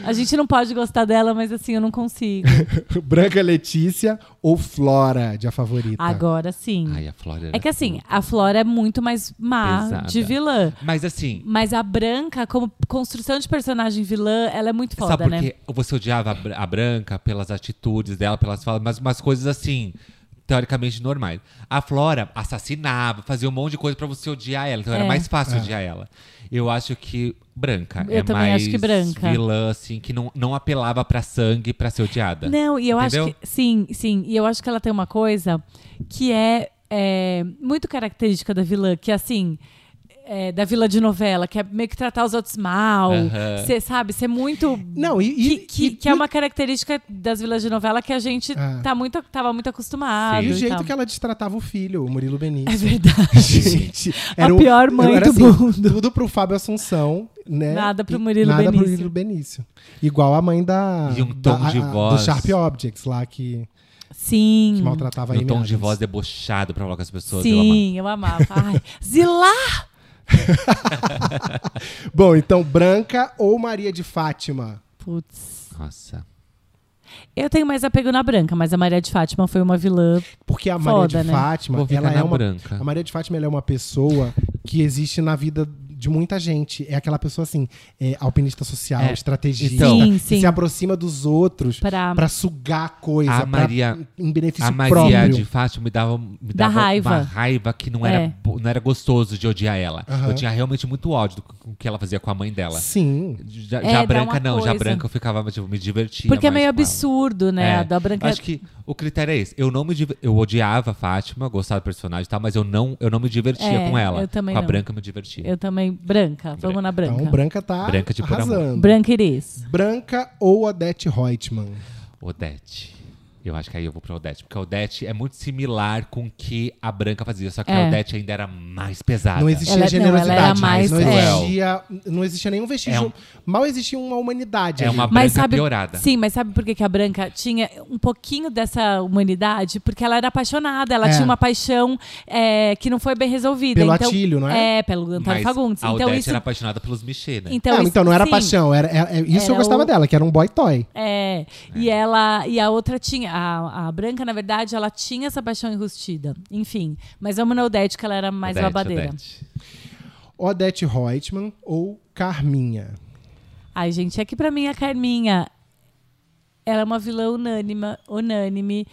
A gente não pode gostar dela, mas assim, eu não consigo.
<laughs> Branca Letícia ou Flora, de A Favorita?
Agora sim.
Ai, a Flora era
É que assim, a Flora é muito mais má
Pesada.
de vilã.
Mas assim,
Mas a Branca, como construção de personagem vilã, ela é muito foda,
sabe por
né?
que você odiava a Br- a Branca pelas atitudes dela, pelas falas, mas umas coisas assim, teoricamente normais. A Flora assassinava, fazia um monte de coisa pra você odiar ela, então era
É.
mais fácil odiar ela. Eu acho que Branca
Eu
é
também
mais
acho que Branca.
vilã, assim, que não, não apelava pra sangue pra ser odiada.
Não, e eu acho
Entendeu?
que. Sim, sim. E eu acho que ela tem uma coisa que é, é, muito característica da vilã, que é assim. é, da vila de novela, que é meio que tratar os outros mal.
Aham.
Você sabe, ser muito.
Não, e- e-
que, que,
e-
que é uma característica das vilas de novela que a gente
Ah.
tá muito, tava muito acostumado.
E o
e
jeito
tal.
que ela destratava o filho, o Murilo Benício.
É verdade.
<laughs> Gente,
então? <laughs> A
o-
pior mãe
era
do
mundo. Tudo pro Fábio Assunção, né?
Nada pro
E
Murilo
nada Pro
Benício.
Murilo Benício. Igual a mãe da.
E um
da-
tom de
a- a-
voz.
Do Sharp Objects lá que, que
Sim.
maltratava
E
ele.
o tom de voz debochado pra falar com as pessoas. eu amava.
Sim, eu amava. Ai, Zilar!
Bom, então, Branca ou Maria de Fátima?
Putz.
Nossa.
Eu tenho mais apego na Branca, mas a Maria de Fátima foi uma vilã.
Porque a Maria
Foda,
de
né?
Fátima,
Vou ficar
ela
na
é uma.
branca.
A Maria de Fátima ela é uma pessoa que existe na vida de muita gente. É aquela pessoa assim, é, alpinista social,
É,
estrategista,
então-
Sim,
que
sim.
se aproxima dos outros
Pra-
pra sugar coisa,
A
pra-
Maria-
em benefício
A Maria
é próprio.
de Fátima me dava, me dava
raiva.
uma raiva que não era,
É.
bo- não era gostoso de odiar ela.
Aham.
Eu tinha realmente muito ódio do que- com o que ela fazia com a mãe dela.
Sim.
Já,
É,
já
dá
branca,
uma
não. Já
coisa.
branca eu ficava, tipo, me divertia.
Porque é
mais
meio
com ela.
absurdo, né?
É.
A da Branca.
Acho que o critério é esse. Eu não me div- eu odiava a Fátima, gostava do personagem e tal, mas eu não, eu não me divertia
É,
com ela.
eu também
com a
não.
branca eu me divertia.
é- Eu também. Branca. Vamos na Branca.
Então, Branca tá
Branca de Por Amor.
arrasando.
Branca Iris.
Branca ou Odete Reutemann?
Odete. Eu acho que aí eu vou pra Odete, porque a Odete é muito similar com o que a Branca fazia, só que a
É.
Odete ainda era mais pesada.
Não existia
Ela- é- não,
generosidade,
ela era
mais,
mais-
não,
é.
existia, não existia nenhum vestígio.
É um-
Mal existia uma humanidade.
É
ali.
uma branca
Mas sabe,
piorada.
Sim, mas sabe por que, que a Branca tinha um pouquinho dessa humanidade? Porque ela era apaixonada, ela
É.
tinha uma paixão é, que não foi bem resolvida.
Pelo
então,
Atílio, não é?
É, pelo Antônio
Mas
Fagundes.
A
Então
Odete
isso.
era apaixonada pelos Michê, né?
Então,
não,
isso-
então não era
sim.
paixão, era, era- é- isso eu
Era
gostava
o-
dela, que era um boy toy.
É, e ela e a outra tinha, a, a branca, na verdade, ela tinha essa paixão enrustida. Enfim, mas vamos na Odete, que ela era mais
Odete,
babadeira.
Odete.
Odete Reutemann ou Carminha?
Ai, gente, é que pra mim a Carminha, ela é uma vilã unânima, unânime,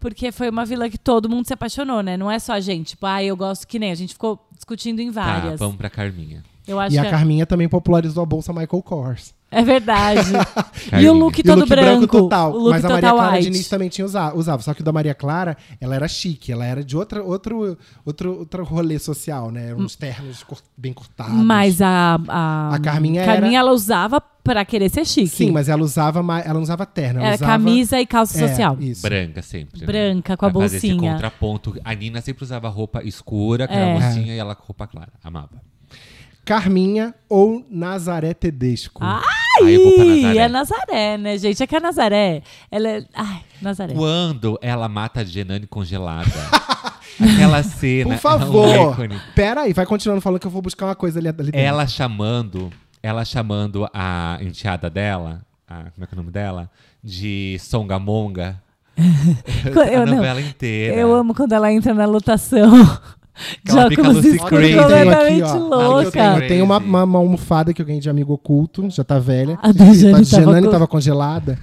porque foi uma vilã que todo mundo se apaixonou, né? Não é só a gente, tipo, ai, eu gosto que nem, a gente ficou discutindo em
Tá,
várias.
vamos pra Carminha.
eu acho
e
que
a Carminha também popularizou a bolsa Michael Kors.
é
<laughs>
verdade. e
Carminha.
o look
E o
todo
look
branco,
branco, total.
o look
mas a Maria
total
Clara
white.
Diniz também tinha usava, usava. Só que o da Maria Clara, ela era chique. Ela era de outra, outro, outro, outro rolê social, né? Eram Uns ternos cor- bem cortados.
Hum. Mas a, a,
A Carminha era-
Carminha ela usava pra querer ser chique.
Sim, mas ela usava, ma- ela não usava terno. Ela
Era
usava...
camisa e calça
É,
social.
Isso.
Branca sempre. né?
Branca, com a
Pra Fazer esse
bolsinha.
contraponto. A Nina sempre usava roupa escura, que era a
É.
bolsinha, e ela com roupa clara. Amava.
Carminha ou Nazaré Tedesco.
Ah!
Aí eu vou pra
Ih,
Nazaré.
é Nazaré, né, gente? É que a Nazaré, ela é... Ai, Nazaré.
Quando ela mata a Genane
<laughs>
congelada. Aquela cena. <laughs> É
Por
um
favor.
ícone.
Pera aí, vai continuando falando que eu vou buscar uma coisa ali, ali dentro.
Ela chamando, ela chamando a enteada dela, a- como é que é o nome dela? De Songamonga.
<laughs> Co-
a
eu, não,
novela inteira.
eu amo quando ela entra na lotação <laughs> de
Ela fica
óculos
Lucy
escuros
Crazy.
completamente
Aqui, ó.
Lucy
louca.
Crazy.
Eu tenho uma, uma- uma almofada que eu ganhei de amigo oculto, já tá velha.
A da Jane tava
Janane
com-
tava congelada.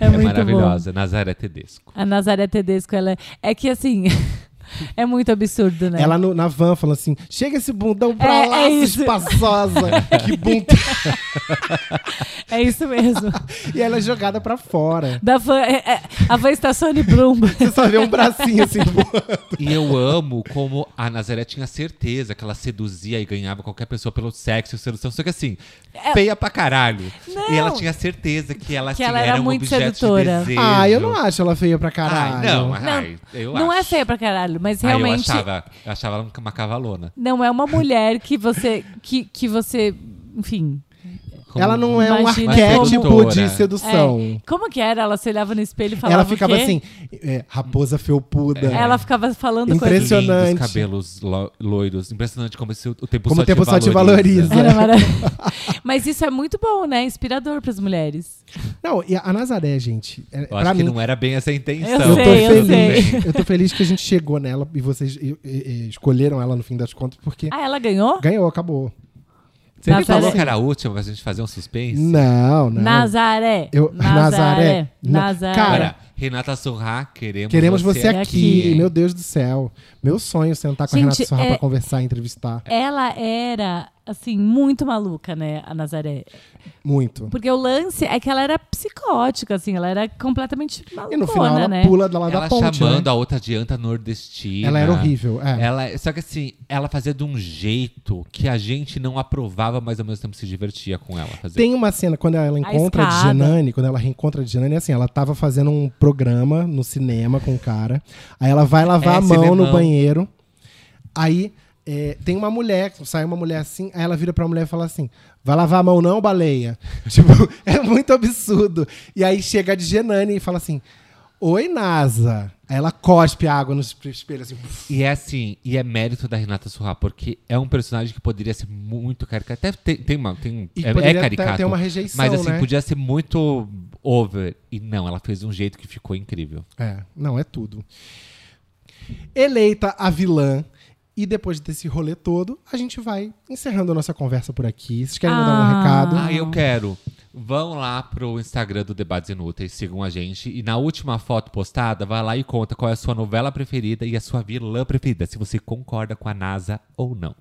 É,
É,
muito
maravilhosa. Nazaré Tedesco.
bom. A Nazaré Tedesco, ela é... É que, assim, <laughs> é muito absurdo, né?
Ela no- na van falando assim: chega esse bundão pra
É,
lá,
é
sua
isso.
<laughs>
espaçosa. que bunda.
É isso mesmo. <laughs>
E ela é jogada pra fora.
da van, é- é- a van está Sony Brum.
<laughs> Você só vê um
<laughs>
bracinho assim.
E eu amo como a Nazaré tinha certeza que ela seduzia e ganhava qualquer pessoa pelo sexo e sedução. Só que assim, feia pra caralho.
É. Não.
E ela tinha certeza que ela,
Que
assim,
ela era
um
muito
objeto
sedutora.
De desejo.
ah, eu não acho ela feia pra caralho.
Ai, Ah, não,
Não,
ai, eu
não é
acho.
feia pra caralho,
Ah,
mas
eu
realmente
achava, eu achava ela uma cavalona.
não é uma mulher que você que, que você, enfim,
Como-
Ela não é um
Imagina
arquétipo
como-
de sedução.
é. como que era? Ela se olhava no espelho e falava
Ela ficava
o quê?
assim, é, raposa felpuda.
É.
Ela ficava falando coisas.
Impressionante.
Lindos cabelos lo- loiros. Impressionante como esse- o tempo,
Como
só,
o tempo
te
só te valoriza.
Era maravilhoso. Mas isso é muito bom, né? Inspirador pras mulheres.
Não, e a Nazaré, gente, é,
Eu
pra
acho que
mim.
não era bem essa a intenção.
Eu
Eu tô
sei, eu
feliz.
sei.
Eu tô feliz que a gente chegou nela e vocês e- e- e escolheram ela no fim das contas, porque
Ah, ela ganhou?
ganhou, acabou.
Você
Nazaré.
me falou que era a última pra gente fazer um suspense?
Não, não.
Nazaré.
Eu-
Nazaré.
Nazaré. Não.
Nazaré.
Cara,
Cara,
Renata Sorra, queremos,
Queremos você
é
aqui,
aqui.
hein?
Meu Deus do céu. Meu sonho é sentar com
Gente,
a Renata Sorra
é-
pra conversar, entrevistar.
ela era, assim, muito maluca, né? A Nazaré.
Muito.
Porque o lance é que ela era psicótica, assim. Ela era completamente malucona,
E no final ela
né?
pula da lá da
Ela
ponte.
chamando
né?
a outra adianta nordestina.
Ela era horrível, é.
Ela, só que assim, ela fazia de um jeito que a gente não aprovava, mas ao mesmo tempo se divertia com ela. Fazer.
Tem uma cena quando ela encontra a
escada.
Janane, quando ela reencontra a Janane, é assim, ela tava fazendo um programa no cinema com o cara. Aí ela vai lavar
É,
a mão
cinemão.
no banheiro. Aí é, tem uma mulher, sai uma mulher assim, aí ela vira pra mulher e fala assim: vai lavar a mão, não, baleia? <laughs> tipo, é muito absurdo. E aí chega a Janane e fala assim: Oi, NASA. Aí ela cospe a água no espelho assim.
E é assim, e é mérito da Renata Sorra, porque é um personagem que poderia ser muito caricato. Até tem, tem uma. Tem,
E
é, é
poderia até
caricato.
ter uma rejeição,
Mas assim,
né?
podia ser muito over. E não, ela fez de um jeito que ficou incrível.
É, não, é tudo. Eleita a vilã. E depois desse rolê todo, a gente vai encerrando a nossa conversa por aqui. Vocês querem mandar
Ah.
um recado?
Ah, eu quero. Vão lá pro Instagram do Debates Inúteis, sigam a gente. E na última foto postada, vai lá e conta qual é a sua novela preferida e a sua vilã preferida, se você concorda com a NASA ou <laughs> não.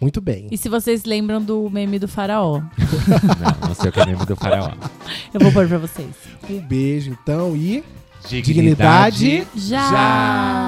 Muito bem.
E se vocês lembram do meme do faraó?
Não, não sei o que é mesmo do faraó.
Eu vou pôr pra vocês.
Um beijo, então, e.
Dignidade.
Dignidade.
Já.